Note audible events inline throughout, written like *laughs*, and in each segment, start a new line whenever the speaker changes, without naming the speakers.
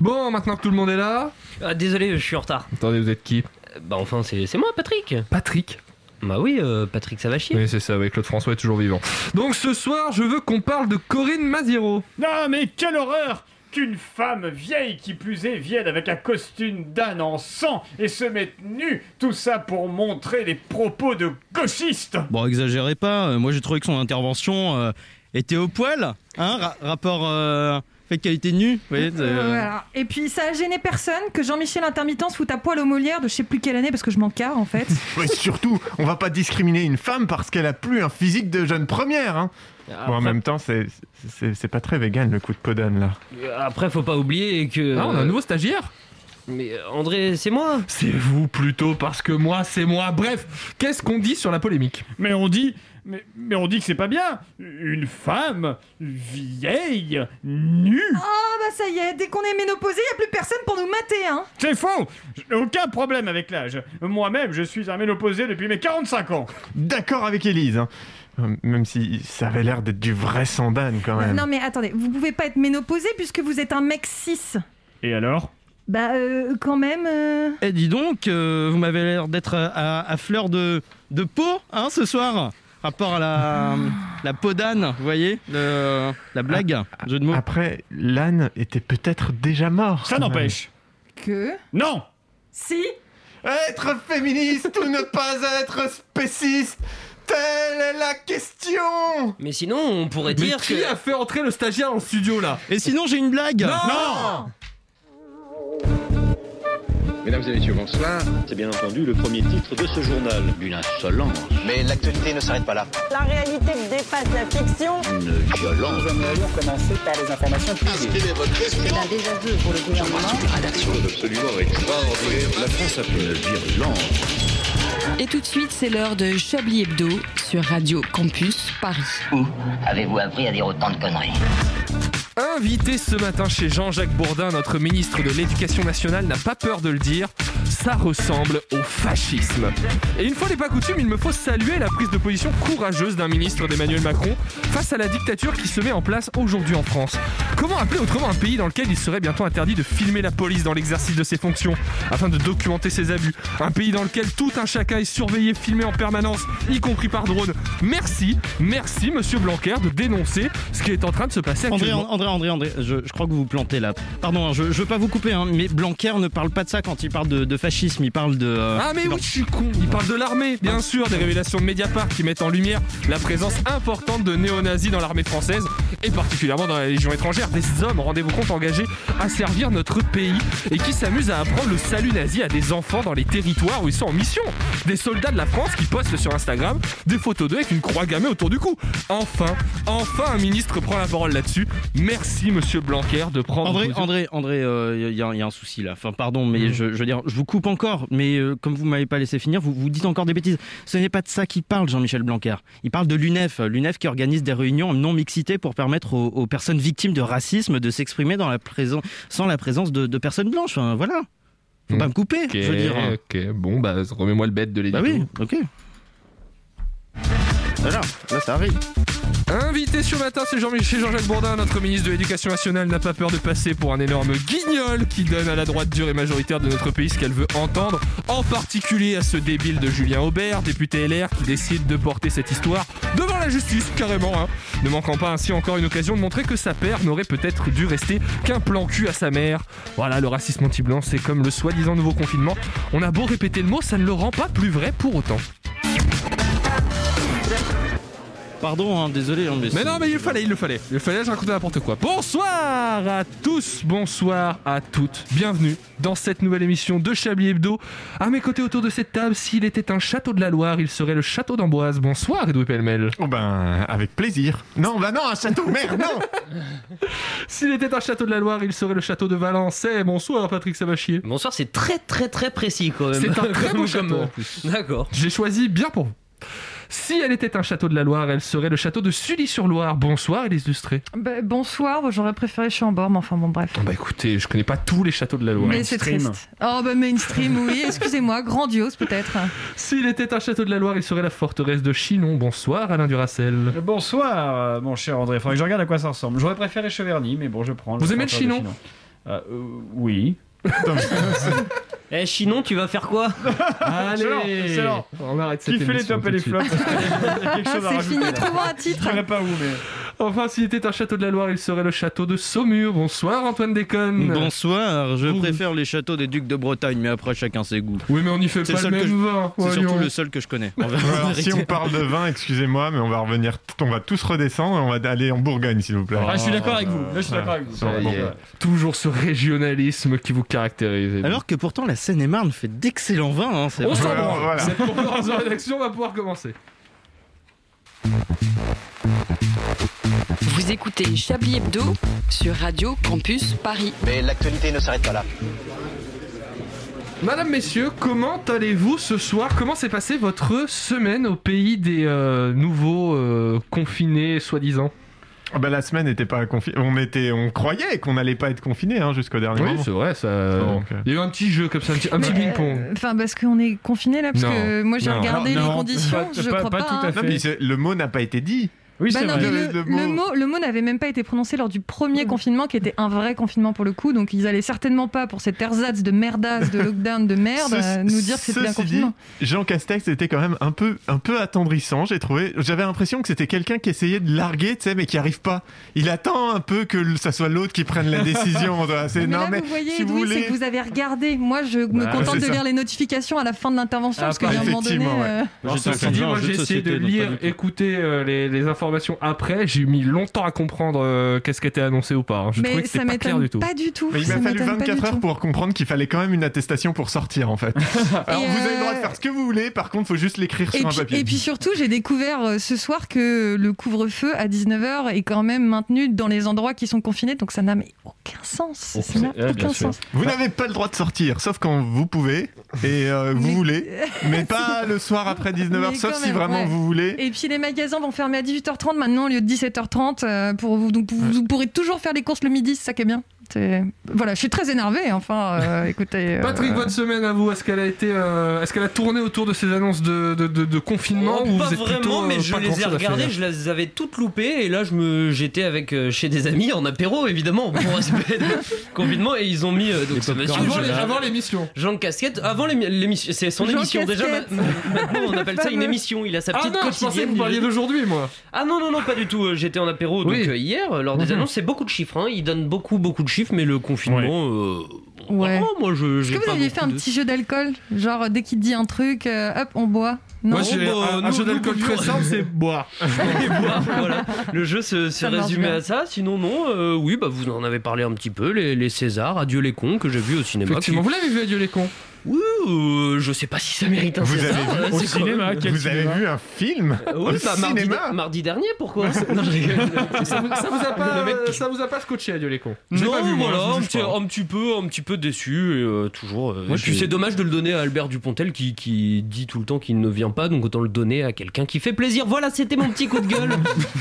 Bon, maintenant que tout le monde est là.
Ah, désolé, je suis en retard.
Attendez, vous êtes qui
Euh, Bah enfin, c'est c'est moi, Patrick.
Patrick.
Bah oui, euh, Patrick Savachier.
Oui, c'est ça, avec Claude François est toujours vivant. Donc ce soir, je veux qu'on parle de Corinne Maziro.
Non, mais quelle horreur Qu'une femme vieille qui plus est vienne avec un costume d'âne en sang et se mette nue, tout ça pour montrer les propos de gauchistes
Bon, exagérez pas, euh, moi j'ai trouvé que son intervention euh, était au poil, hein, ra- rapport euh, fait qualité nue, vous voyez, c'est, euh,
Voilà. Et puis ça a gêné personne que Jean-Michel Intermittent se foute à poil aux Molières de je sais plus quelle année parce que je m'en carre en fait.
Mais surtout, on va pas discriminer une femme parce qu'elle a plus un physique de jeune première. Hein.
Ah,
Après,
Bon, en même temps, c'est- c'est c'est pas très vegan le coup de podane là.
après, faut pas oublier que. euh,
Ah, on a un nouveau stagiaire
Mais euh, André, c'est moi.
C'est vous plutôt, parce que moi, c'est moi. Bref, qu'est-ce qu'on dit sur la polémique
Mais on dit. Mais, mais on dit que c'est pas bien Une femme vieille, nue
Ah bah ça y est, dès qu'on est ménopausé, y a plus personne pour nous mater hein.
C'est faux J'ai aucun problème avec l'âge. Moi-même, je suis un ménopausé Ah, depuis mes 45 ans
D'accord avec Élise. hein. Même si ça avait l'air d'être du vrai sans d'âne quand même.
Non mais attendez, vous pouvez pas être ménopausé puisque vous êtes un mec 6.
Et alors
Bah euh, quand même. euh.
Eh dis donc, euh, vous m'avez l'air d'être à, à- à fleur de, de peau, hein, ce soir, rapport à la, la peau d'âne, vous voyez, le- la blague, jeu de mots.
Après, l'âne était peut-être déjà mort.
Ça
quand même.
n'empêche
Que
Non
Si
Être féministe ou ne pas être spéciste, telle est la question.
Mais sinon, on pourrait
Mais
dire
qui
que.
a fait entrer le stagiaire dans le studio, là
Et sinon j'ai une blague
Non
Mesdames et messieurs, bonsoir.
C'est bien entendu le premier titre de ce journal. Une insolence,
Mais l'actualité ne s'arrête pas là.
La réalité dépasse la fiction.
une violence.
Nous allons commencer par les informations privées.
La France a fait une violence.
Et tout de suite, c'est l'heure de Chablis Hebdo sur Radio Campus Paris.
Où avez-vous appris à dire autant de conneries
Invité ce matin chez Jean-Jacques Bourdin, notre ministre de l'Éducation nationale n'a pas peur de le dire, ça ressemble au fascisme. Et une fois n'est pas coutume, il me faut saluer la prise de position courageuse d'un ministre d'Emmanuel Macron face à la dictature qui se met en place aujourd'hui en France. Comment appeler autrement un pays dans lequel il serait bientôt interdit de filmer la police dans l'exercice de ses fonctions afin de documenter ses abus Un pays dans lequel tout un chacun est surveillé, filmé en permanence, y compris par drone. Merci, merci monsieur Blanquer de dénoncer ce qui est en train de se passer
André,
actuellement.
André, André, André, je, je crois que vous vous plantez là. Pardon, hein, je, je veux pas vous couper, hein, mais Blanquer ne parle pas de ça quand il parle de, de fascisme, il parle de... euh,
Ah mais
non.
oui, je suis con. Il parle de l'armée, bien sûr, des révélations de Mediapart qui mettent en lumière la présence importante de néo-nazis dans l'armée française et particulièrement dans la Légion étrangère, des hommes, rendez-vous compte, engagés à servir notre pays et qui s'amusent à apprendre le salut nazi à des enfants dans les territoires où ils sont en mission. Des soldats de la France qui postent sur Instagram des photos d'eux avec une croix gammée autour du cou. Enfin, enfin un ministre prend la parole là-dessus. Merci monsieur Blanquer de prendre...
André,
position.
André, André, il y, a- y a un souci là. Enfin, pardon, mais je, je veux dire, je vous coupe encore, mais euh, comme vous m'avez pas laissé finir, vous, vous dites encore des bêtises. Ce n'est pas de ça qu'il parle, Jean-Michel Blanquer. Il parle de l'UNEF, euh, l'UNEF qui organise des réunions en non-mixité pour permettre aux, aux personnes victimes de racisme de s'exprimer dans la présence, sans la présence de, de personnes blanches. Enfin, voilà. Faut pas me couper,
Ok,
je veux dire.
ok, bon bah remets-moi le bête de
Bah
l'édito.
oui, ok.
Voilà, là ça arrive.
Invité sur matin, c'est Jean chez Jean-Jacques Bourdin, notre ministre de l'Éducation nationale n'a pas peur de passer pour un énorme guignol qui donne à la droite dure et majoritaire de notre pays ce qu'elle veut entendre, en particulier à ce débile de Julien Aubert, député LR, qui décide de porter cette histoire devant la justice, carrément, hein. ne manquant pas ainsi encore une occasion de montrer que sa paire n'aurait peut-être dû rester qu'un plan cul à sa mère. Voilà, le racisme anti-blanc, c'est comme le soi-disant nouveau confinement, on a beau répéter le mot, ça ne le rend pas plus vrai pour autant.
Pardon, hein, désolé. hein, mais
Mais
c'est-
non, mais il le fallait, il le fallait. Il le fallait, je racontais n'importe quoi. Bonsoir à tous, bonsoir à toutes. Bienvenue dans cette nouvelle émission de Chablis Hebdo. À mes côtés autour de cette table, s'il était un château de la Loire, il serait le château d'Amboise. Bonsoir, Edoui Pellemel.
Oh ben, avec plaisir. Non, bah non, un château, merde, non
*laughs* S'il était un château de la Loire, il serait le château de Valence. Eh, bonsoir, Patrick Savachier.
Bonsoir, c'est très très très précis quand même. *laughs*
C'est un très beau
Comme-
château,
comme-
en plus.
D'accord.
J'ai choisi bien pour vous. Si elle était un château de la Loire, elle serait le château de Sully-sur-Loire. Bonsoir, les illustrés.
Bah, bonsoir, j'aurais préféré Chambord, mais enfin bon bref.
Bah écoutez, je connais pas tous les châteaux de la Loire.
Mais c'est
Mainstream.
triste. Oh bah mainstream, oui, excusez-moi, grandiose peut-être.
S'il était un château de la Loire, il serait la forteresse de Chinon. Bonsoir Alain Duracel.
euh, Bonsoir, euh, mon cher André. Faudrait que je regarde à quoi ça ressemble. J'aurais préféré Cheverny, mais bon, je prends.
Vous aimez le
chanteur de
chinon
Euh, euh, oui.
Eh, Chinon, tu vas
*laughs*
faire quoi
Excellent, excellent.
Eh, On arrête
Ah, Qui fait les tops et les flops parce que
*laughs*
j'ai quelque chose à
Ah, C'est
rajouter,
fini,
là.
trouvons un titre.
Je dirais pas où, mais.
Enfin, s'il était un château de la Loire, il serait le château de Saumur. Bonsoir Antoine Déconne.
Bonsoir, je préfère les châteaux des ducs de Bretagne, mais après chacun ses goûts.
Mmh. Oui, mais on n'y fait
C'est
pas
le
le
seul que
même
je-
vin.
C'est surtout
voyons.
le seul que je connais.
*laughs*
en
Bon, alors,
vérité.
si on parle de vin, excusez-moi, mais on va revenir, on va tous redescendre et on va aller en Bourgogne, s'il vous plaît.
*laughs*
Ah, je suis d'accord avec vous. Là, je suis d'accord avec vous.
Sur la
Ça y est.
Bourgogne.
Toujours ce régionalisme qui vous caractérise.
Alors que pourtant la Seine-et-Marne fait d'excellents vins. hein, c'est
on
vrai.
s'en
Voilà,
branle.
voilà.
Cette conférence de rédaction va pouvoir commencer.
Vous écoutez Chablis Hebdo sur Radio Campus Paris.
Mais l'actualité ne s'arrête pas là.
Madame, messieurs, comment allez-vous ce soir Comment s'est passée votre semaine au pays des euh, nouveaux euh, confinés, soi-disant
Ah bah, la semaine n'était pas confinée. On était, on croyait qu'on n'allait pas être confiné hein, jusqu'au dernier
Oui,
moment.
c'est vrai. Ça...
Donc, euh,
Il y a eu un petit jeu comme ça, un petit, un petit
Mais,
ping-pong.
euh, Enfin, parce qu'on est confiné là, parce
Non.
que moi j'ai
Non.
regardé
Alors,
les
non,
conditions,
pas-
je
pas-
crois
pas
pas.
tout à
hein.
Non, mais c'est- le mot n'a pas été dit.
Oui,
Bah
c'est
non,
vrai.
mais le,
vrai. Le- le
le
mot-
mot, le mot n'avait même pas été prononcé lors du premier confinement, qui était un vrai confinement pour le coup. Donc ils allaient certainement pas pour cet ersatz de merdasse, de lockdown, de merde,
Ceci-
euh, nous dire que c'était un
ceci
confinement.
dit, Jean Castex était quand même un peu, un peu attendrissant, j'ai trouvé. J'avais l'impression que c'était quelqu'un qui essayait de larguer, tu sais, mais qui arrive pas. Il attend un peu que l- ça soit l'autre qui
*laughs*
prenne la décision. toi. C'est
Mais
non,
là,
mais
vous voyez,
si vous
Edoui, c'est
voulez.
que vous avez regardé. Moi, je me
Bah,
contente
c'est
de
ça.
lire les notifications à la fin de l'intervention,
Ah,
parce qu'à un moment donné.
effectivement, ouais.
euh,
Alors,
J'étais en
ceci
train de
dit,
jouer à un
moi
jeu
j'ai
de
essayé de
société, donc pas
lire,
du tout.
écouter euh, les, les informations après. J'ai mis longtemps à comprendre euh, qu'est-ce qui était annoncé ou pas. hein. Je trouvais
Mais
que c'était
ça
pas clair
m'étonne
du tout.
pas du tout.
Mais il
ça
m'a fallu
m'étonne pas du
24 heures
tout.
pour comprendre qu'il fallait quand même une attestation pour sortir,
*laughs*
en fait. Alors,
Et
vous avez
euh,
le droit de faire ce que vous voulez, par contre, faut juste l'écrire sur
Et
un
puis,
papier.
et puis surtout, j'ai découvert euh, ce soir que le couvre-feu à 19h est quand même maintenu dans les endroits qui sont confinés, donc ça n'a mais aucun sens.
Oh,
ça n'a
c'est- ouais, bien
aucun
sûr.
sens.
Vous n'avez pas le droit de sortir, sauf quand vous pouvez et euh, vous
Mais- *laughs*
voulez, mais pas le soir après 19h,
Mais
sauf
quand
si
même,
vraiment
ouais.
vous voulez.
Et puis les magasins vont fermer à 18h30 maintenant au lieu de 17h30. euh, pour vous, donc vous, vous pourrez toujours faire les courses le midi, c'est ça qui est bien. C'est- Voilà, je suis très énervé. Enfin, euh, écoutez. euh,
Patrick, votre semaine à vous, est-ce qu'elle a été, euh, est-ce qu'elle a tourné autour de ces annonces de, de- de- de confinement
Oh,
ou
pas
vous êtes
vraiment,
plutôt, euh,
mais je
pas
les ai
grand-chose à faire
regardées, je *laughs* les avais toutes loupées et là je me j'étais avec euh, chez des amis en apéro évidemment pour respect de
*laughs*
confinement et ils ont mis euh, donc ce monsieur
Avant
je-
les- avant l'émission.
Jean Casquette avant l'émi- l'émission c'est son
Jean
émission déjà
Casquette.
ma- ma- *laughs* maintenant on appelle ça une
fameux.
émission il a sa
Ah
petite
non, je pensais que
quotidienne
vous
du
parliez
jeudi.
d'aujourd'hui, moi.
Ah non non non pas du tout euh, j'étais en apéro donc
Oui.
euh, hier euh, lors des
Mhm.
annonces c'est beaucoup de chiffres hein. ils donnent beaucoup beaucoup de chiffres mais le confinement euh, bon,
Ouais.
vraiment, moi je
Est-ce
j'ai
que vous
pas
aviez fait
beaucoup
un
de-
petit jeu d'alcool Genre, euh, dès qu'il te dit un truc, euh, hop, on boit Non
Moi, j'ai
bah,
un, un
nous-
jeu
nous
d'alcool
pouvions-
très simple, c'est
*laughs*
boire.
Voilà, voilà. Le jeu se, se
Ça marche
résumait
bien.
à ça. Sinon, non, euh, oui, bah, vous en avez parlé un petit peu. Les, les Césars, Adieu les cons, que j'ai vu au cinéma. qui-
Effectivement, vous l'avez vu, Adieu les cons.
Oui, euh, je sais pas si ça mérite un
Vous
César.
avez vu
euh,
Au
c'est quand
cinéma,
même-
quel
Vous avez
cinéma
vu un film
Euh,
au
oui, bah, mardi,
cinéma
mardi dernier, pourquoi Non, je rigole.
Ça vous, ça vous a pas,
Le mec
euh, ça vous a pas scotché, Adieu les cons. Je l'ai
Non,
pas vu, moi,
voilà,
je vous oh,
un
juge
petit,
pas. hein.
un petit peu, un petit peu déçu et euh, toujours. euh,
Moi,
et puis
j'ai-
c'est dommage de le donner à Albert Dupontel qui, qui dit tout le temps qu'il ne vient pas, donc autant le donner à quelqu'un qui fait plaisir. Voilà, c'était mon petit coup de
*laughs*
gueule.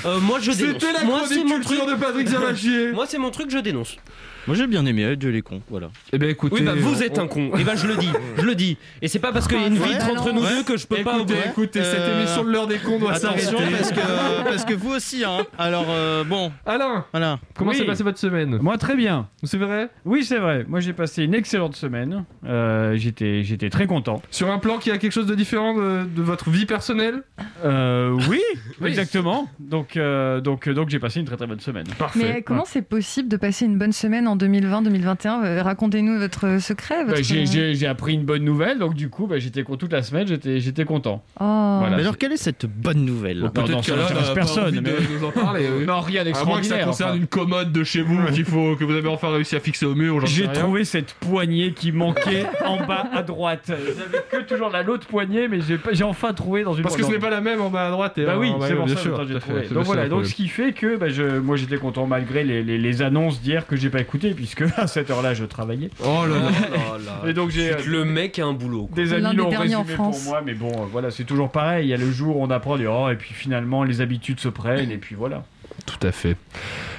Euh, moi, je dénonce.
C'était la
moi, c'est
chronique
mon truc.
culture de
*laughs*
Patrick
*laughs*
Zavagier.
Moi, c'est mon truc, je dénonce.
Moi j'ai bien aimé, euh, Dieu les cons, voilà.
Eh ben écoutez,
Oui, bah vous êtes
on-
un con. Et bah je le dis, je le dis. Et c'est pas parce qu'il y a une
Ah, Ouais,
vitre
alors,
entre nous
ouais.
deux que je peux pas.
Écoutez,
Ouais.
écoutez, cette
Euh,
émission de l'heure des cons doit
Attention
s'arrêter.
parce que, parce que vous aussi, hein. Alors euh, bon,
Alain,
voilà.
comment
Oui.
s'est passée votre semaine
Moi, très bien.
C'est vrai
Oui, c'est vrai. Moi, j'ai passé une excellente semaine. Euh, j'étais, j'étais très content.
Sur un plan qui a quelque chose de différent de, de votre vie personnelle
Euh, oui,
*laughs* Oui.
exactement. Donc, euh, donc, donc, j'ai passé une très très bonne semaine.
Mais comment c'est possible de passer une bonne semaine en 2020-2021 Euh, Racontez-nous votre euh, secret. Votre...
Bah, j'ai, j'ai- j'ai appris une bonne nouvelle, donc du coup, bah, j'étais con- toute la semaine, j'étais, j'étais content.
Oh.
Voilà.
Mais alors quelle est cette bonne nouvelle
Peut-être
Peut-être
non, ça
qu'Alain
n'intéresse
n'a pas
personne,
envie
mais-
de nous en *laughs* parler. oui.
Non, rien
À moins que ça
d'extraordinaire.
concerne
enfin.
une commode de chez vous qu'il faut, que vous avez enfin réussi à fixer au mur. j'en sais
J'ai
rien.
trouvé cette poignée *laughs* qui manquait en bas à droite. J'avais que toujours la l'autre poignée, mais j'ai, pas- j'ai enfin trouvé dans une.
Parce que ce n'est pas la même en bas à droite. Et
Bah
en-
oui,
en bas à
c'est
gauche, bien
pour ça que
sûr,
j'ai
tout à fait,
trouvé.
c'est le
Donc
seul
voilà, donc
problème.
ce qui fait que bah, je, moi j'étais content malgré les, les- les annonces d'hier que j'ai pas écoutées, puisque *laughs* à cette heure-là je travaillais.
Oh
*laughs*
là là.
Et donc j'ai. euh,
C'est que le mec a un boulot. quoi.
Des
L'un
amis
des
l'ont
derniers en
résumé pour
France.
moi, mais bon, euh, voilà, c'est toujours pareil. Il y a le jour où on apprend, on dit, oh, et puis finalement, les habitudes se prennent, et puis voilà.
Tout à fait.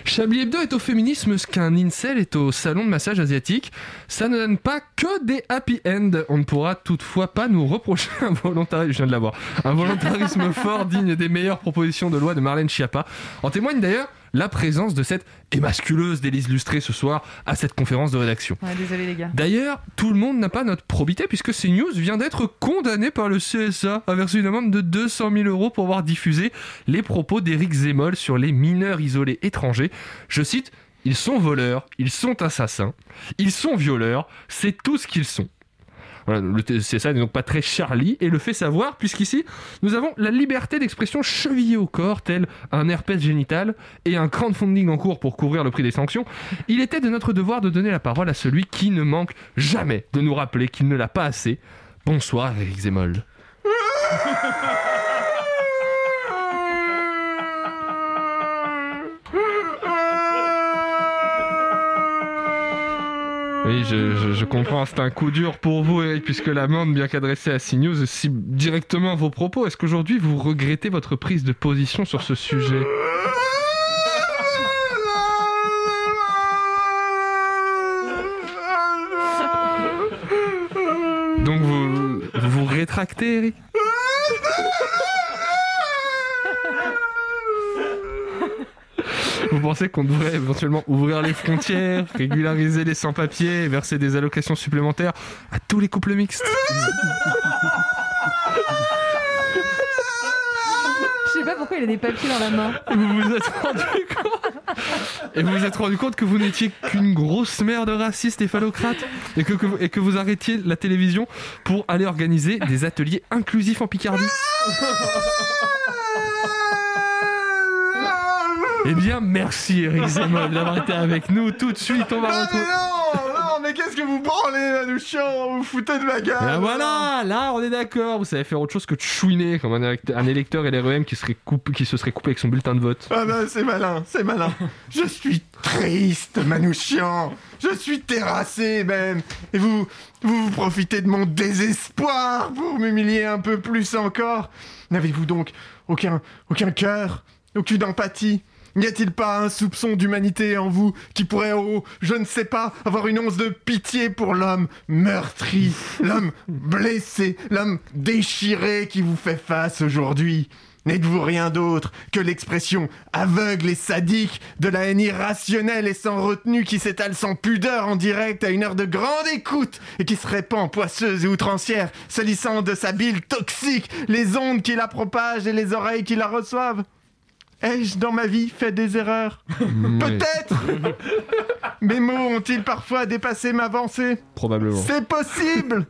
Chablis Hebdo est au féminisme ce qu'un incel est au salon de massage asiatique. Ça ne donne pas que des happy ends. On ne pourra toutefois pas nous reprocher *laughs* un volontarisme, je viens de l'avoir, un volontarisme fort digne des meilleures propositions de loi de Marlène Schiappa. En témoigne d'ailleurs la présence de cette émasculeuse d'Élise Lustré ce soir à cette conférence de rédaction.
Ouais, désolé les gars.
D'ailleurs, tout le monde n'a pas notre probité puisque CNews vient d'être condamné par le CSA à verser une amende de 200 000 euros pour avoir diffusé les propos d'Éric Zemmoll sur les mineurs isolés étrangers. Je cite Ils sont voleurs, ils sont assassins, ils sont violeurs, c'est tout ce qu'ils sont. Voilà, le t- CSA n'est donc pas très Charlie et le fait savoir, puisqu'ici, nous avons la liberté d'expression chevillée au corps, tel un herpès génital et un crowdfunding en cours pour couvrir le prix des sanctions. Il était de notre devoir de donner la parole à celui qui ne manque jamais de nous rappeler qu'il ne l'a pas assez. Bonsoir, Eric Zemmoll. Oui, je, je- je comprends, c'est un coup dur pour vous, Eric, puisque l'amende bien qu'adressée à CNews cible directement vos propos. Est-ce qu'aujourd'hui vous regrettez votre prise de position sur ce sujet Donc vous vous, vous rétractez, Eric *laughs* Vous pensez qu'on devrait éventuellement ouvrir les frontières, régulariser les sans-papiers, et verser des allocations supplémentaires à tous les couples mixtes
Je sais pas pourquoi il a des papiers dans la main.
Vous vous êtes rendu Et vous vous êtes rendu compte que vous n'étiez qu'une grosse merde raciste et phallocrate et que, que vous, et que vous arrêtiez la télévision pour aller organiser des ateliers inclusifs en Picardie Eh bien, merci Eric Zemmour d'avoir été avec nous. Tout de suite, on va
Ah, mais
retrouver...
non, non, mais qu'est-ce que vous branlez, là, nous chiant Vous vous foutez de ma gueule
Ah, voilà, là on est d'accord, vous savez faire autre chose que de chouiner comme un, élect- un électeur LREM qui, serait coupé- qui se serait coupé avec son bulletin de vote.
Ah bah c'est malin, c'est malin. Je suis triste, Manouchian. Je suis terrassé même. Et vous, vous, vous profitez de mon désespoir pour m'humilier un peu plus encore. N'avez-vous donc aucun, aucun cœur, aucune empathie N'y a-t-il pas un soupçon d'humanité en vous qui pourrait, oh, je ne sais pas, avoir une once de pitié pour l'homme meurtri, l'homme blessé, l'homme déchiré qui vous fait face aujourd'hui N'êtes-vous rien d'autre que l'expression aveugle et sadique de la haine irrationnelle et sans retenue qui s'étale sans pudeur en direct à une heure de grande écoute et qui se répand poisseuse et outrancière, salissant de sa bile toxique les ondes qui la propagent et les oreilles qui la reçoivent Ai-je dans ma vie fait des erreurs Peut-être Mes mots ont-ils parfois dépassé ma pensée
Probablement.
c'est possible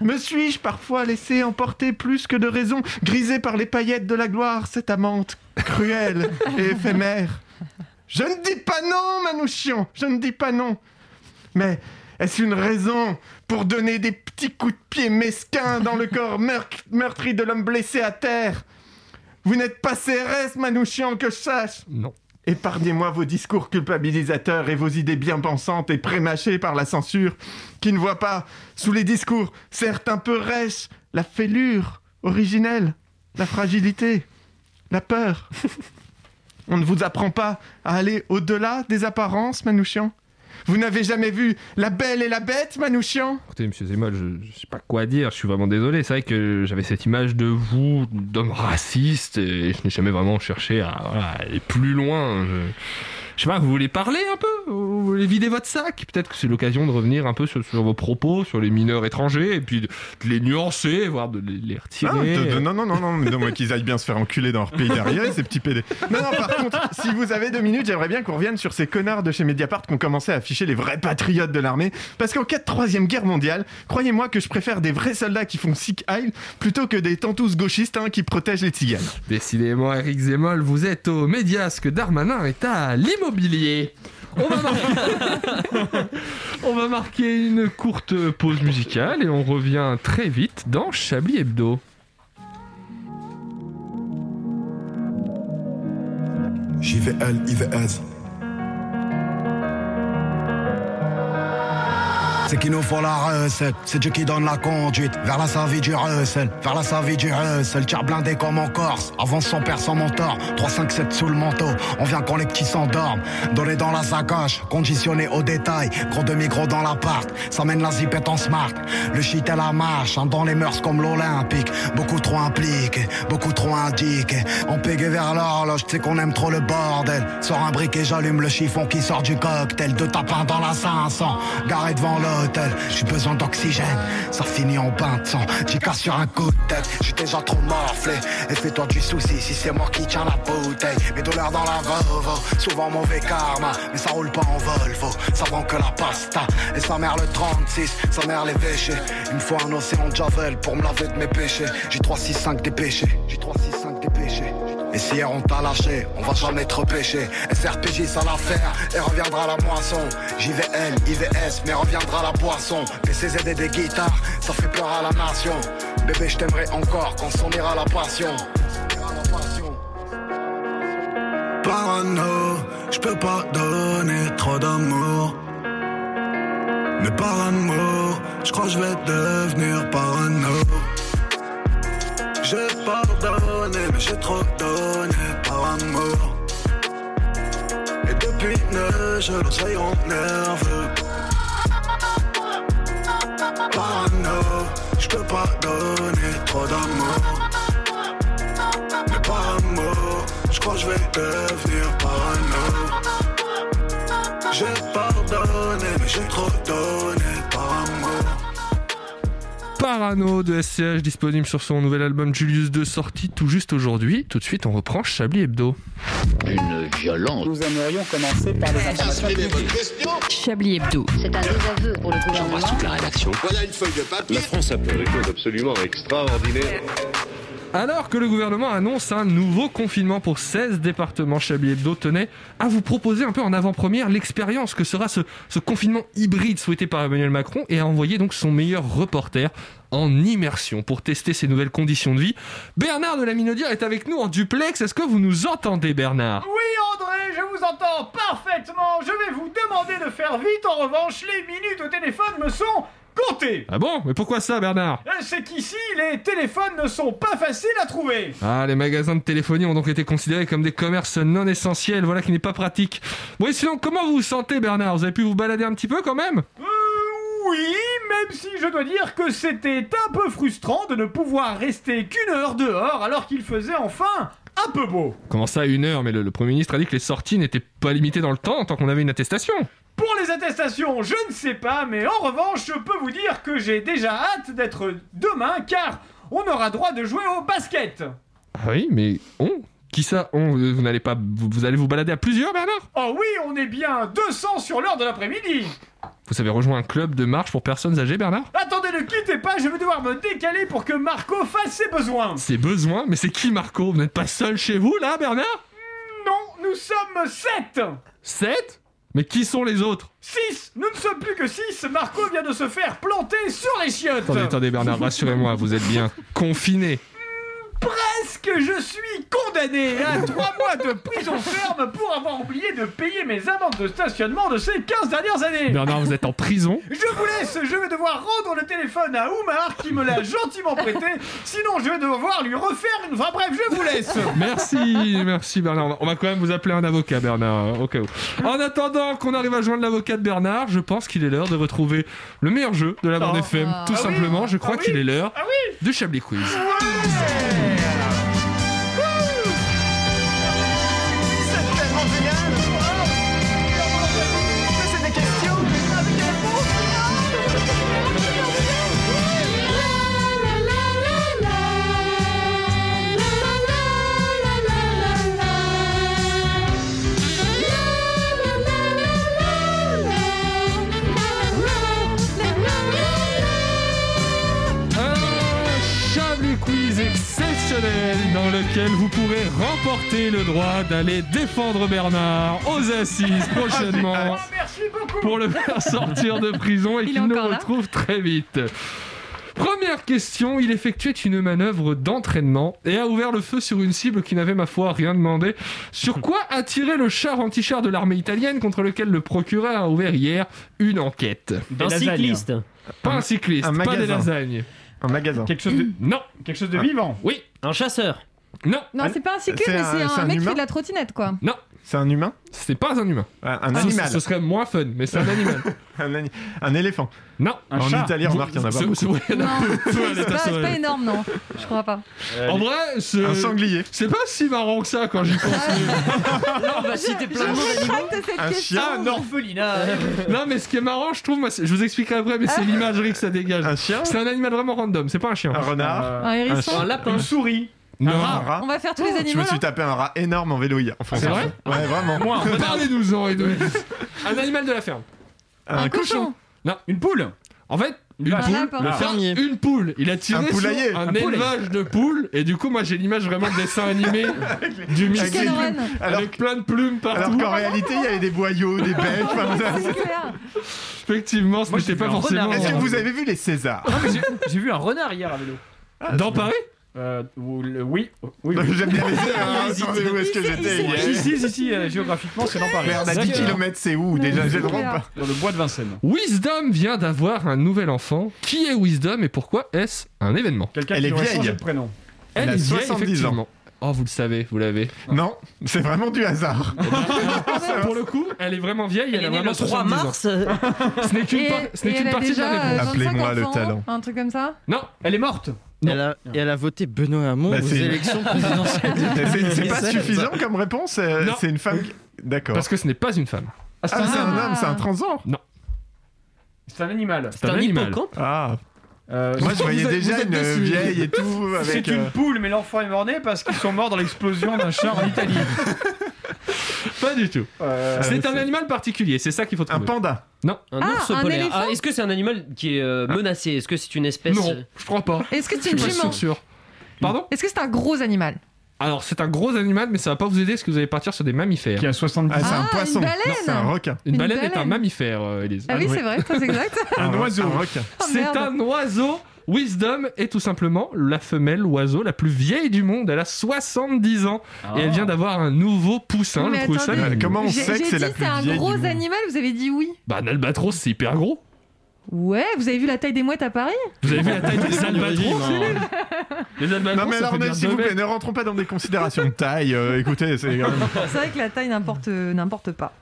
Me suis-je parfois laissé emporter plus que de raison, grisé par les paillettes de la gloire, cette amante cruelle et éphémère Je ne dis pas non, Manouchian, je ne dis pas non. Mais est-ce une raison pour donner des petits coups de pied mesquins dans le corps meurc- meurtri de l'homme blessé à terre Vous n'êtes pas CRS, Manouchian, que je sache
Non.
Épargnez-moi vos discours culpabilisateurs et vos idées bien pensantes et prémâchées par la censure, qui ne voit pas, sous les discours, certes un peu rêches, la fêlure originelle, la fragilité, la peur. On ne vous apprend pas à aller au-delà des apparences, Manouchian. Vous n'avez jamais vu la belle et la bête, Manouchian
Écoutez, monsieur Zemmour, je, je sais pas quoi dire, je suis vraiment désolé. C'est vrai que j'avais cette image de vous, d'homme raciste, et je n'ai jamais vraiment cherché à, voilà, à aller plus loin. Je, je sais pas, vous voulez parler un peu Vous voulez vider votre sac Peut-être que c'est l'occasion de revenir un peu sur, sur vos propos, sur les mineurs étrangers, et puis de, de les nuancer, voire de les, les retirer.
Ah, non, non, non, non, mais non, mais qu'ils aillent bien se faire enculer dans leur pays d'arrière, ces petits PD. Non, non, par contre, si vous avez deux minutes, j'aimerais bien qu'on revienne sur ces connards de chez Mediapart qui ont commencé à afficher les vrais patriotes de l'armée. Parce qu'en cas de troisième guerre mondiale, croyez-moi que je préfère des vrais soldats qui font sick Heil plutôt que des tantous gauchistes hein, qui protègent les tziganes.
Décidément, Eric Zemmour, vous êtes au Médiasque, Darmanin est à l'immobilier. On va, marquer... on va marquer une courte pause musicale et on revient très vite dans Chablis Hebdo.
JVL, IVS.
C'est qu'il nous faut la recette. C'est Dieu qui donne la conduite vers la savie du recel. Vers la savie du recel. Tir blindé comme en Corse. Avance sans père, sans mentor. 3-5-7 sous le manteau. On vient quand les petits s'endorment. Donné dans la sacoche. Conditionné au détail. Gros demi-gros dans l'appart. Ça mène la zipette en smart. Le shit et la marche. hein, dans les mœurs comme l'Olympique. Beaucoup trop impliqué. Beaucoup trop indiqué. On pégué vers l'horloge. Tu sais qu'on aime trop le bordel. Sors un briquet, j'allume le chiffon qui sort du cocktail. Deux tapins dans la 500. Garé devant l'hôtel. J'ai besoin d'oxygène. Ça finit en bain de sang. J'y casse sur un coup de tête. J'suis déjà trop morflé. Et fais-toi du souci si c'est moi qui tiens la bouteille. Mes douleurs dans la Volvo. Souvent mauvais karma. Mais ça roule pas en Volvo. Ça vend que la pasta. Et sa mère le 36. Sa mère les véchés. Une fois un océan de Javel pour me laver de mes péchés. J'ai 3, 6, 5 des péchés. J'ai 3, 6, 5 des péchés. Et si hier on t'a lâché, on va jamais te repêcher. SRPJ ça l'affaire, et reviendra la moisson. JVL, IVS, mais reviendra la poisson. PCZ et des guitares, ça fait peur à la nation. Bébé, je t'aimerai encore quand s'en ira la passion.
Parano, je peux pas donner trop d'amour. Mais par amour, je crois que je vais devenir parano. J'ai pardonné, mais j'ai trop donné par amour. Et depuis neige, l'oseille rend nerveux. Parano, je peux pas donner trop d'amour. Mais par amour, je crois que je vais devenir parano. J'ai pardonné, mais j'ai trop donné par amour.
Parano de SCH disponible sur son nouvel album Julius 2 sorti tout juste aujourd'hui. Tout de suite, on reprend Chablis Hebdo.
Une violence.
Nous aimerions commencer par les informations
Chablis Hebdo.
C'est un désaveu pour le gouvernement.
toute la rédaction.
Voilà une feuille de papier.
La France a fait des choses absolument extraordinaires.
Alors que le gouvernement annonce un nouveau confinement pour 16 départements, Chablis Hebdo tenait à vous proposer un peu en avant-première l'expérience que sera ce, ce confinement hybride souhaité par Emmanuel Macron et a envoyé donc son meilleur reporter en immersion pour tester ces nouvelles conditions de vie. Bernard de la Minaudière est avec nous en duplex. Est-ce que vous nous entendez, Bernard
Oui, André, je vous entends parfaitement. Je vais vous demander de faire vite. En revanche, les minutes au téléphone me sont comptées.
Ah bon Mais pourquoi ça, Bernard
Euh, C'est qu'ici, les téléphones ne sont pas faciles à trouver.
Ah, les magasins de téléphonie ont donc été considérés comme des commerces non essentiels, voilà qui n'est pas pratique. Bon, et sinon, comment vous vous sentez, Bernard Vous avez pu vous balader un petit peu quand même
Oui, même si je dois dire que c'était un peu frustrant de ne pouvoir rester qu'une heure dehors alors qu'il faisait enfin un peu beau.
Comment ça, une heure Mais le, le Premier ministre a dit que les sorties n'étaient pas limitées dans le temps tant qu'on avait une attestation.
Pour les attestations, je ne sais pas, mais en revanche, je peux vous dire que j'ai déjà hâte d'être demain car on aura droit de jouer au basket.
Ah oui, mais on Qui ça On Vous n'allez pas. Vous, vous allez vous balader à plusieurs, Bernard
Oh oui, on est bien 200 sur l'heure de l'après-midi.
Vous avez rejoint un club de marche pour personnes âgées, Bernard
Attendez, ne quittez pas, je vais devoir me décaler pour que Marco fasse ses besoins.
C'est besoin Mais c'est qui, Marco Vous n'êtes pas seul chez vous, là, Bernard
Non, nous sommes 7
7 Mais qui sont les autres
6 Nous ne sommes plus que 6 Marco vient de se faire planter sur les chiottes
Attendez, attendez, Bernard, rassurez-moi, vous êtes bien confiné.
Presque je suis condamné à 3 mois de prison ferme pour avoir oublié de payer mes amendes de stationnement de ces 15 dernières années
Bernard, vous êtes en prison
Je vous laisse, je vais devoir rendre le téléphone à Oumar qui me l'a gentiment prêté, sinon je vais devoir lui refaire une... Enfin bref, je vous laisse
Merci, merci Bernard. On va- On va quand même vous appeler un avocat, Bernard, hein, au cas où. En attendant qu'on arrive à joindre l'avocat de Bernard, je pense qu'il est l'heure de retrouver le meilleur jeu de la bande
Oh.
FM.
Ah.
Tout
Ah oui.
simplement, je crois
Ah oui.
qu'il est l'heure
Ah oui.
du Chablis Quiz.
C'est tellement génial C'est des questions avec des
Un Chablis Quiz exceptionnel dans lequel vous pourrez remporter le droit d'aller défendre Bernard aux
*laughs*
assises prochainement.
Ah, Merci beaucoup *laughs*
pour le faire sortir de prison et
Il est
qu'il nous
encore là
retrouve très vite. Première question, il effectuait une manœuvre d'entraînement et a ouvert le feu sur une cible qui n'avait, ma foi, rien demandé. Sur quoi a tiré le char anti-char de l'armée italienne contre lequel le procureur a ouvert hier une enquête
Des Un lasagnes. cycliste.
Pas un cycliste,
Un
pas des
magasin.
lasagnes.
Un magasin.
Quelque chose de...
Non.
Quelque chose de vivant
Oui.
Un chasseur
Non.
Non, c'est pas un cycliste, mais c'est un, mec qui fait de la trottinette,
*laughs*
quoi.
Non.
C'est un humain Ah,
C'est pas un humain. Ah,
Un
Ce-
animal.
Ce, serait moins fun, mais
*laughs*
c'est un animal.
un, ani- un éléphant.
Non.
Un En chat. Italie, remarque, il y en a pas
Ce- ce-
beaucoup.
ouais, il y en a
Non,
peu, peu à
c'est
l'état
pas, c'est
sauvage.
pas énorme,
*laughs*
non. Je crois
*laughs*
pas.
En vrai, ce-
Un sanglier.
C'est pas si marrant que ça quand j'y pense.
Là, on va citer plein de noms d'animaux.
Un question. chien.
un orphelinat.
*laughs* non, mais ce qui est marrant, je trouve, moi, c'est- je vous expliquerai après, mais c'est l'imagerie que ça dégage. Un
chien
C'est un animal vraiment random, c'est pas un chien.
Un renard
Euh,
Un hérisson.
Une souris.
Non.
On va faire tous les
Oh. Je
animaux.
me suis
là
tapé un rat énorme en vélo hier. en France.
C'est vrai
Ouais, vraiment.
Parlez-nous en Un animal de la ferme.
Un Un cochon. cochon.
Non.
Une poule.
En fait, une
vache.
poule.
Un lapin.
Le fermier. Une poule. Il a tiré
Un
sur
poulailler.
un,
Un poulet.
élevage de poules. Et du coup, moi, j'ai l'image vraiment de dessin
*laughs*
animé du
Avec
mystique.
les plumes.
Avec
Alors
plein de plumes partout.
Alors qu'en réalité, il y avait des boyaux, *laughs* des bêches.
*laughs*
*laughs* enfin,
Effectivement, ce n'était pas
un
forcément. euh,
renard. Est-ce que vous avez vu les Césars
Ah, J'ai vu un renard hier à vélo.
Ah,
Dans Paris
Euh, ou le- oui, oh, oui. oui.
J'aime *laughs* bien les Césars.
Hésite.
Attendez, où est-ce que j'étais
Si,
hier
si, si, si, euh, géographiquement, c'est dans Paris.
Merde, à 10
D'accord.
km, Euh, c'est où Déjà, j'ai le droit ou pas
Dans le bois de Vincennes.
Wisdom vient d'avoir un nouvel enfant. Qui est Wisdom et pourquoi est-ce un événement
Quelqu'un
Elle
qui
est
aurait
vieille.
changé de prénom.
Elle
Elle a
est vieille,
70 ans.
effectivement. Oh, vous le savez, vous l'avez.
Non, c'est vraiment du hasard.
Pour le coup, elle est vraiment vieille. Elle,
est
a
née
vraiment
le 3
70 ans.
mars. euh,
*laughs* Ce n'est qu'une
Et-
par- ce n'est
et
qu'une
elle a
partie de la
déjà,
réponse.
euh, 25
Appelez-moi le
enfants,
talent.
Un truc comme ça
Non,
Elle est morte.
Elle a, et elle a voté Benoît Hamon
Bah,
aux
c'est-
*laughs*
élections présidentielles. de
Mais *laughs* c'est- C'est
2017.
pas suffisant comme réponse. euh,
Non.
C'est une femme. qui- D'accord.
parce que ce n'est pas une femme.
Ah, c'est
Ah,
un-
c'est un homme, c'est un transgenre.
c'est un animal.
C'est un
animal.
hippocampe
Ah.
Euh,
Moi, je voyais
vous êtes-
déjà
vous êtes
une
déçus.
vieille et tout avec.
*laughs* C'est une
euh,
poule, mais l'enfant est mort-né parce qu'ils sont morts dans l'explosion d'un char en Italie.
Pas du tout.
Euh,
C'est un animal particulier, c'est ça qu'il faut
Un
trouver.
panda.
*laughs*
Un
Ah,
ours
un
polaire.
éléphant
Ah, Est-ce que c'est un animal qui est euh, menacé Est-ce que c'est une espèce
Ah.
euh,
Non, je crois pas.
Est-ce que c'est
Je
une
suis pas
jument
sûr, sûr. Pardon
Est-ce que c'est un gros animal
Alors, c'est un gros animal, mais ça va pas vous aider parce que vous allez partir sur des mammifères.
Qui a 70
Ah, c'est un
Ah,
poisson.
une baleine.
Non, C'est un requin.
Une,
Une
baleine, est
baleine.
un mammifère, euh, Élise.
Ah oui, c'est vrai, ça c'est exact.
*laughs* Un,
oiseau.
Un requin.
Oh,
C'est
merde.
un oiseau. Wisdom est tout simplement la femelle oiseau la plus vieille du monde. Elle a 70 ans et elle vient d'avoir un nouveau poussin.
Oh. Mais
Je trouve ça
attendez.
mignon.
Comment on
J'ai
sait que
j'ai
c'est la
dit
plus
c'est un
vieille
gros
du monde
animal, vous avez dit oui.
Bah, un albatros, c'est hyper gros.
Ouais, vous avez vu la taille des mouettes à Paris
Vous avez vu la *laughs* taille des albatros
hein.
*laughs* Les albatros,
Non mais
ça
alors,
fait bien
s'il vous
deux
plaît, ne
mètres.
rentrons pas dans des considérations de taille. euh, écoutez, c'est quand
*laughs*
même-
C'est vrai que la taille n'importe euh, n'importe pas.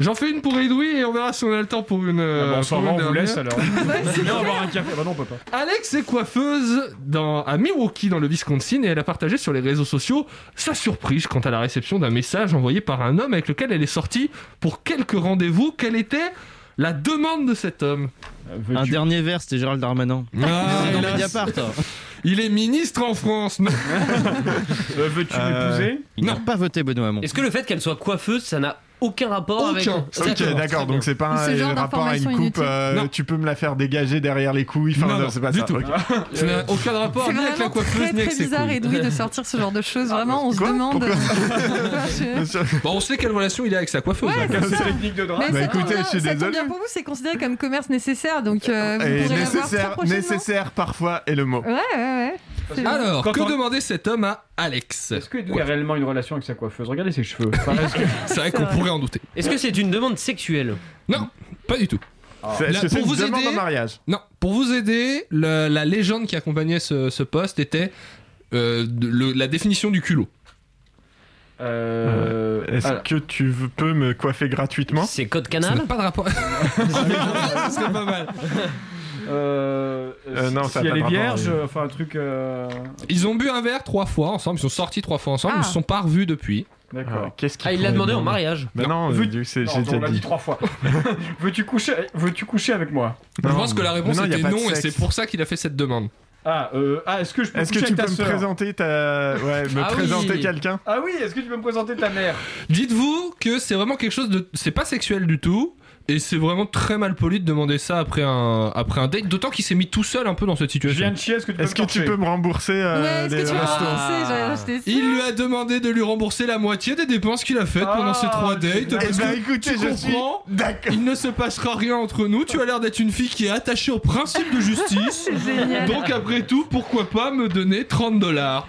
J'en fais une pour Edoui et on verra si on a le temps pour une.
Ah
euh,
bon, on
pour
s'en
une
va, on vous
dernière.
laisse alors. Viens boire un café. Bah *laughs* non, on peut pas.
Alex est coiffeuse dans, à Milwaukee dans le Wisconsin et elle a partagé sur les réseaux sociaux sa surprise quant à la réception d'un message envoyé par un homme avec lequel elle est sortie pour quelques rendez-vous. Quelle était la demande de cet homme
Euh,
Un
veux-tu-
dernier verre, c'était Gérald Darmanin.
Ah,
C'est dans
hélas.
Mediapart. hein. toi.
Il est ministre
*laughs*
en France. Non,
euh, Veux-tu
Euh,
l'épouser
Il n'a
Non.
pas voté Benoît Hamon.
Est-ce que le fait qu'elle soit coiffeuse, ça n'a aucun rapport avec.
Aucun.
Ok, d'accord. Donc c'est pas un
Ce genre
euh, rapport à une
d'information
coupe. euh,
inutile. Non.
tu peux me la faire dégager derrière les couilles. Enfin,
Non,
non,
non,
c'est pas
du
ça.
tout.
Ok.
ça n'a aucun rapport
C'est
ni avec la
vraiment
coiffeuse
très
ni avec
très
ses
bizarre
couilles.
et
*laughs*
*laughs*
doué de sortir ce genre de choses. Vraiment, on se
Ah, Quoi
demande. *laughs*
Bon, on sait quelle relation il a avec sa coiffeuse.
Ouais,
hein.
c'est ça.
Technique de drap.
Mais
Bah,
ça,
écoutez,
tombe bien,
je suis
ça tombe
désolé.
bien pour vous, c'est considéré comme commerce nécessaire, donc euh, vous
Et
pourrez l'avoir très
nécessaire,
prochainement.
nécessaire parfois est le mot.
Ouais, ouais, ouais.
Alors,
Quand
que
on-
demandait cet homme à Alex
Est-ce que Edoui a réellement une relation avec sa coiffeuse Regardez ses
*laughs*
cheveux. Ça reste-
C'est vrai qu'on pourrait en douter.
Est-ce que c'est une demande sexuelle
Non, pas du tout.
C'est- Ah. Est-ce
Là,
que c'est
pour
une
vous
demande
aider-
en mariage
Non, pour vous aider, le- la légende qui accompagnait ce, ce poste était euh, de- le- la définition du culot.
Euh,
Est-ce
alors,
que tu veux- peux me coiffer gratuitement
C'est Code
Ça
Canal
n'a pas
*laughs*
de rapport. *laughs* Ce serait pas mal.
euh,
Euh,
si-
non,
si
ça a
elle
pas de
est
rapport,
vierge,
oui.
euh, enfin un truc. euh,
Ils ont bu un verre trois fois ensemble, ils sont sortis trois fois ensemble,
Ah.
ils se sont pas revus depuis.
D'accord.
Ah, Qu'est-ce qu'il
Ah, il l'a
pourrait
demandé en
demander
mariage.
Bah non,
Veux-
du- c'est-
Non,
j'ai
on
déjà
l'a dit
*laughs*
trois fois. Veux-tu coucher, veux-tu coucher avec moi
Je
Non,
pense que la
mais-
réponse
mais non, y a
était
pas de
non et
sexe.
c'est pour ça qu'il a fait cette demande.
Ah, euh, ah est-ce que je peux
Est-ce
coucher
que tu peux
avec ta
me
sœur
présenter ta ouais, me
Ah oui.
présenter quelqu'un
Ah oui, est-ce que tu peux me présenter ta mère
Dites-vous que c'est vraiment quelque chose de. C'est pas sexuel du tout. Et c'est vraiment très mal poli de demander ça après un, après un date, d'autant qu'il s'est mis tout seul un peu dans cette situation.
viens de chier, est-ce que tu peux
Est-ce que tu peux me rembourser euh,
Ouais, est-ce que tu peux me rembourser
J'avais acheté ça.
Il lui a demandé de lui rembourser la moitié des dépenses qu'il a faites pendant ces trois dates.
Ah. Eh
parce
ben,
que
écoutez,
tu
je
comprends, il ne se passera rien entre nous. Tu as l'air d'être une fille qui est attachée au principe de
*laughs*
justice.
C'est génial.
Donc après tout, pourquoi pas me donner 30 dollars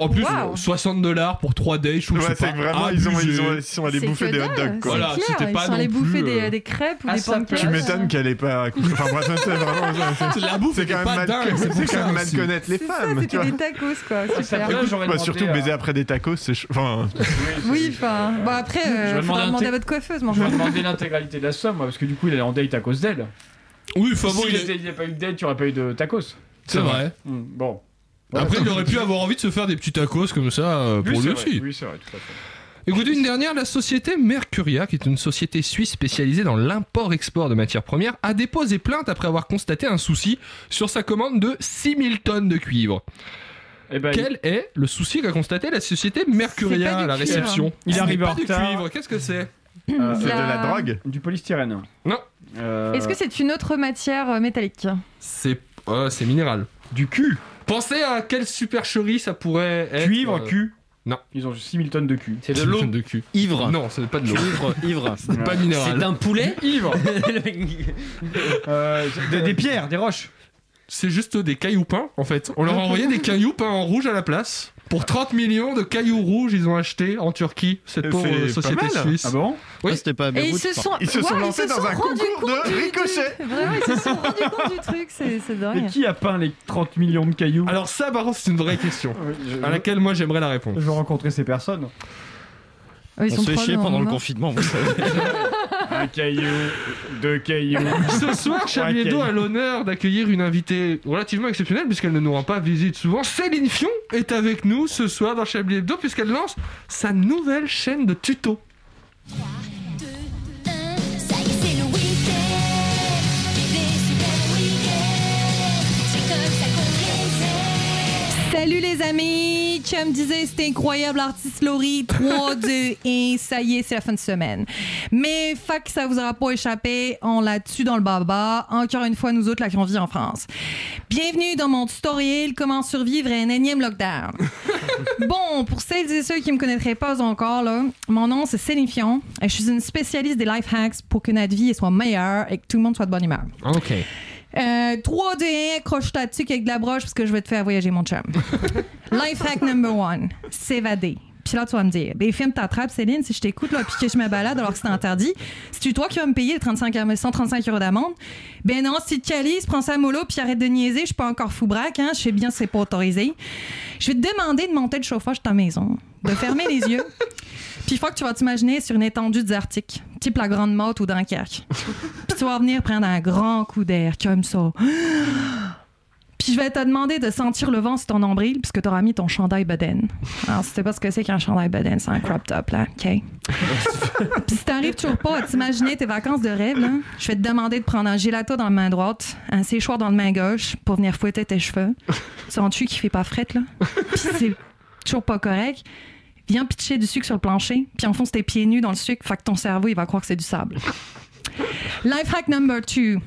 en plus,
Wow.
60 dollars pour 3 dates, je trouve
Ouais,
que c'est
c'est
pas
vraiment, ils ont-
abusé.
ils ont- ils sont allés
C'est
bouffer
que
des hot
dalle,
dogs, quoi.
c'est
Voilà,
clair,
c'était pas
Ils sont allés
non plus,
bouffer des,
euh,
des crêpes ou
à
des
sa
pancakes.
Tu m'étonnes qu'elle ait pas accouché. Enfin, moi, sincèrement, vraiment, c'est-
*laughs* La bouffe
c'est
était
quand même
pas
mal-
dingue, c'est
C'est
pour
quand
ça
même mal
aussi.
connaître les
C'est ça,
femmes, tu
c'était
vois.
des tacos, quoi. Super.
Écoute,
j'aurais
bah,
demandé
surtout
à-
euh,
baiser après des tacos, c'est ch- enfin,
Oui, enfin. Bon, après,
Je
euh,
vais demander
faudra
un
demander
thé-
à votre coiffeuse, mon
Je vais
frère.
demander l'intégralité de la somme, moi, parce que du coup, il est en date à cause d'elle.
Oui, enfin bon,
S'il
il est-
était- il n'y a pas eu de date, tu aurais pas eu de tacos.
C'est vrai.
Hmm, Bon.
Après, il aurait pu avoir envie de se faire des petits tacos comme ça euh,
Oui,
pour
c'est
lui
vrai,
aussi.
Oui, c'est vrai, tout à fait.
Écoutez, une dernière, la société Mercuria, qui est une société suisse spécialisée dans l'import-export de matières premières, a déposé plainte après avoir constaté un souci sur sa commande de 6000 tonnes de cuivre.
Eh ben,
Quel est le souci qu'a constaté la société Mercuria
pas
à
du
la
cuivre.
réception
Il
Ce
arrive
n'est
en
pas du
retard.
cuivre, qu'est-ce que c'est
euh,
C'est de la La- drogue
Du polystyrène.
Non,
Euh,
Est-ce que c'est une autre matière euh, métallique
c'est euh, c'est minéral.
du cul
Pensez à quelle supercherie ça pourrait être.
Cuivre,
euh,
cul
non.
Ils ont 6000 tonnes de cul.
C'est de l'eau.
de cul.
Ivre.
Non, c'est pas de l'eau.
Ivre,
*laughs*
ivre.
C'est pas
C'est
minéral.
un poulet
Ivre
*laughs* Le mec-
Euh, des, des pierres, des roches.
C'est juste des cailloux peints, en fait. On leur a envoyé des cailloux peints en rouge à la place. Pour 30 millions de cailloux rouges, ils ont acheté en Turquie cette
Et
pauvre
c'est pas
société
mal.
suisse.
Ah bon
Oui.
Ah, C'était pas à
Et
Beyrouth,
ils se
par-
sont,
ils se sont
Ouais,
lancés
ils se
dans
sont
un
rendus
concours
compte
de
du- du-
ricochet.
Vraiment, ils se sont rendus compte du truc, c'est c'est
Mais
dingue.
qui a peint les 30 millions de cailloux
Alors ça, par contre, c'est une vraie question
Ah Oui, je-
à laquelle moi j'aimerais la
Je
réponse.
vais rencontrer ces personnes.
Ah, ils
On
sont
se fait
trois
chier
dans
pendant le
moment.
confinement, vous savez.
*laughs*
Un caillou, deux *laughs* cailloux.
Ce soir, Xavier
Ouais,
Edo a
cailloux.
l'honneur d'accueillir une invitée relativement exceptionnelle puisqu'elle ne nous rend pas visite souvent. Céline Fion est avec nous ce soir dans Chablis Hebdo puisqu'elle lance sa nouvelle chaîne de tutos.
Ça y est, c'est le week-end. Vivez super week-end. C'est comme ça qu'on les aime.
Salut les amis! Chum disait c'était incroyable, l'artiste Laurie, 3, 2, 1, ça y est, c'est la fin de semaine. Mais fac, ça vous aura pas échappé, on la tue dans le baba. Encore une fois, nous autres, la vit en France. Bienvenue dans mon tutoriel Comment survivre à un énième lockdown. bon, pour celles et ceux qui me connaîtraient pas encore, là, mon nom c'est Céline Fion et je suis une spécialiste des life hacks pour que notre vie soit meilleure et que tout le monde soit de bonne humeur.
Ok.
Euh, 3D, croche ta tuque avec de la broche parce que je vais te faire voyager, mon chum. Life hack number one, s'évader. Puis là, tu vas me dire, des films t'attrapes, Céline, si je t'écoute, là, puis que je me balade alors que c'est interdit. Si tu toi qui vas me payer les 35, 135 euros d'amende, ben non, si tu te calises, prends ça à mollo, puis arrête de niaiser, je suis pas encore fou braque, hein, je sais bien, c'est pas autorisé. Je vais te demander de monter le chauffage de ta maison, de fermer les yeux, puis une fois que tu vas t'imaginer sur une étendue désertique, type la Grande Motte ou Dunkerque. Puis tu vas venir prendre un grand coup d'air comme ça. Puis je vais te demander de sentir le vent sur ton nombril puisque tu auras mis ton chandail Baden. Alors, si tu sais pas ce que c'est qu'un chandail Baden, c'est un crop top, là, OK? *laughs* Puis si t'arrives toujours pas à t'imaginer tes vacances de rêve, là, je vais te demander de prendre un gelato dans la main droite, un séchoir dans la main gauche pour venir fouetter tes cheveux. Sens-tu qu'il fait pas frette, là? Puis c'est toujours pas correct. Viens pitcher du sucre sur le plancher, puis enfonce tes pieds nus dans le sucre, fait que ton cerveau, il va croire que c'est du sable. Life hack number two,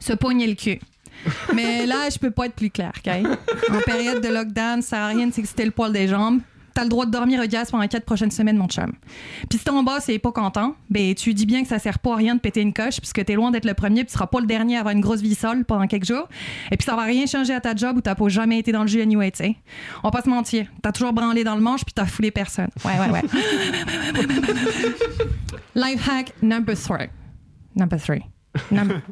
se pogner le cul. Mais là, je peux pas être plus claire, OK? En période de lockdown, ça sert à rien de s'exciter le poil des jambes. T'as le droit de dormir au gaz pendant quatre prochaines semaines, mon chum. Puis si ton boss est pas content, ben tu dis bien que ça sert pas à rien de péter une coche puisque t'es loin d'être le premier puis tu seras pas le dernier à avoir une grosse vie sale pendant quelques jours. Et puis ça va rien changer à ta job où t'as pas jamais été dans le jus anyway, tu sais. On va pas se mentir, t'as toujours branlé dans le manche puis t'as foulé personne. Ouais, ouais, ouais. *laughs* Life hack number three. Number three.
*laughs*
Number...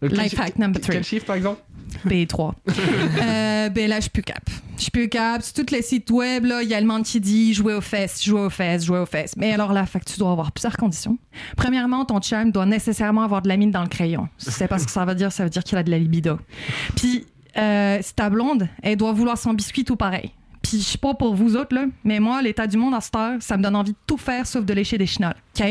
Life hack number three.
Quel chiffre par exemple
B3. Euh, ben là, je suis plus cap. Je suis plus cap. Sur tous les sites web, là, il y a le monde qui dit jouer aux fesses, jouer aux fesses, jouer aux fesses. Mais alors là, fait que tu dois avoir plusieurs conditions. Premièrement, ton chum doit nécessairement avoir de la mine dans le crayon. C'est parce que ça veut dire, ça veut dire qu'il a de la libido. Puis, euh, si ta blonde, elle doit vouloir son biscuit tout pareil. Puis, je sais pas pour vous autres, là, mais moi, l'état du monde à cette heure, ça me donne envie de tout faire sauf de lécher des chenolles. OK?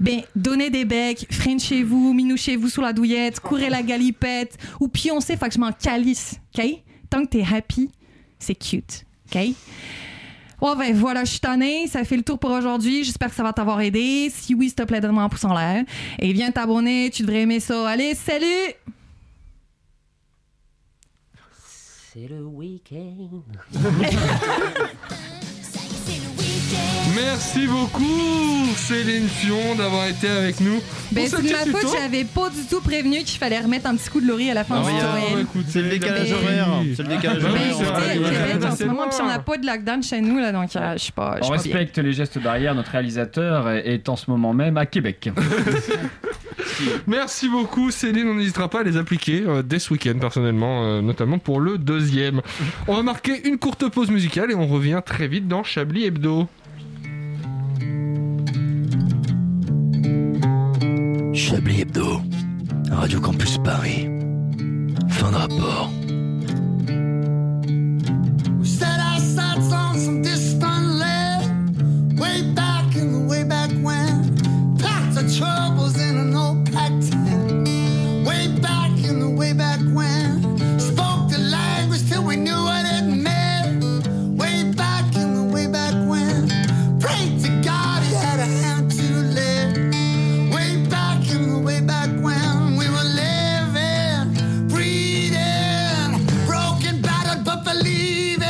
Ben, donnez des becs, chez vous minouchez-vous sous la douillette, courez la galipette, ou pioncez, fait que je m'en calisse, OK? Tant que t'es happy, c'est cute, OK? Oh, ben voilà, je suis tannée. Ça fait le tour pour aujourd'hui. J'espère que ça va t'avoir aidé. Si oui, s'il te plaît, donne-moi un pouce en l'air. Et viens t'abonner. Tu devrais aimer ça. Allez, salut!
C'est le week-end.
Merci beaucoup, Céline Fion, d'avoir été avec nous.
Ben,
Pour
c'est de
ce petit
ma
tuto.
faute, j'avais pas du tout prévenu qu'il fallait remettre un petit coup de laurier à la fin
Ah,
du
oui, ah,
tutoriel.
bah, écoute,
C'est le
ben,
décalage
ben,
horaire.
oui.
C'est le décalage
Ah, bah,
horaire.
oui, c'est
Ouais, ouais,
vrai, ouais.
Québec, en ce
C'est
moment, puis on n'a
bon.
pas de lockdown chez nous, là, donc euh, je suis pas. je
On
suis pas bien.
respecte les gestes barrières, notre réalisateur est est en ce moment même à Québec.
Merci beaucoup, Céline. On n'hésitera pas à les appliquer euh, dès ce week-end, personnellement, euh, notamment pour le deuxième. On va marquer une courte pause musicale et on revient très vite dans Chablis Hebdo.
Chablis Hebdo, Radio Campus Paris. Fin de rapport.
We set our sights on some distant land, way back in the way back when. Packed our troubles in an old packed tin. Way back in the way back when. Spoke the language till we knew what it meant. Way back in the way back when. Prayed to God he had a hand to live. Way back in the way back when we were living, breathing, broken, battered, but believing.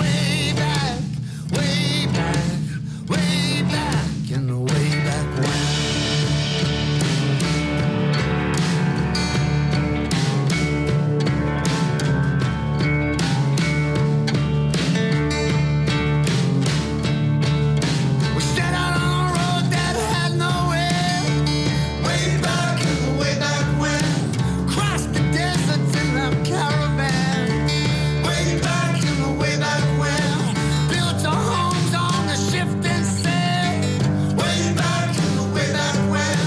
Way back, way back, way back in the way back when we set out on a road that had no end. Way back in the way back when, crossed the desert in a caravan. Way back in the way back when, built our homes on the shifting sand. Way back in the way back when,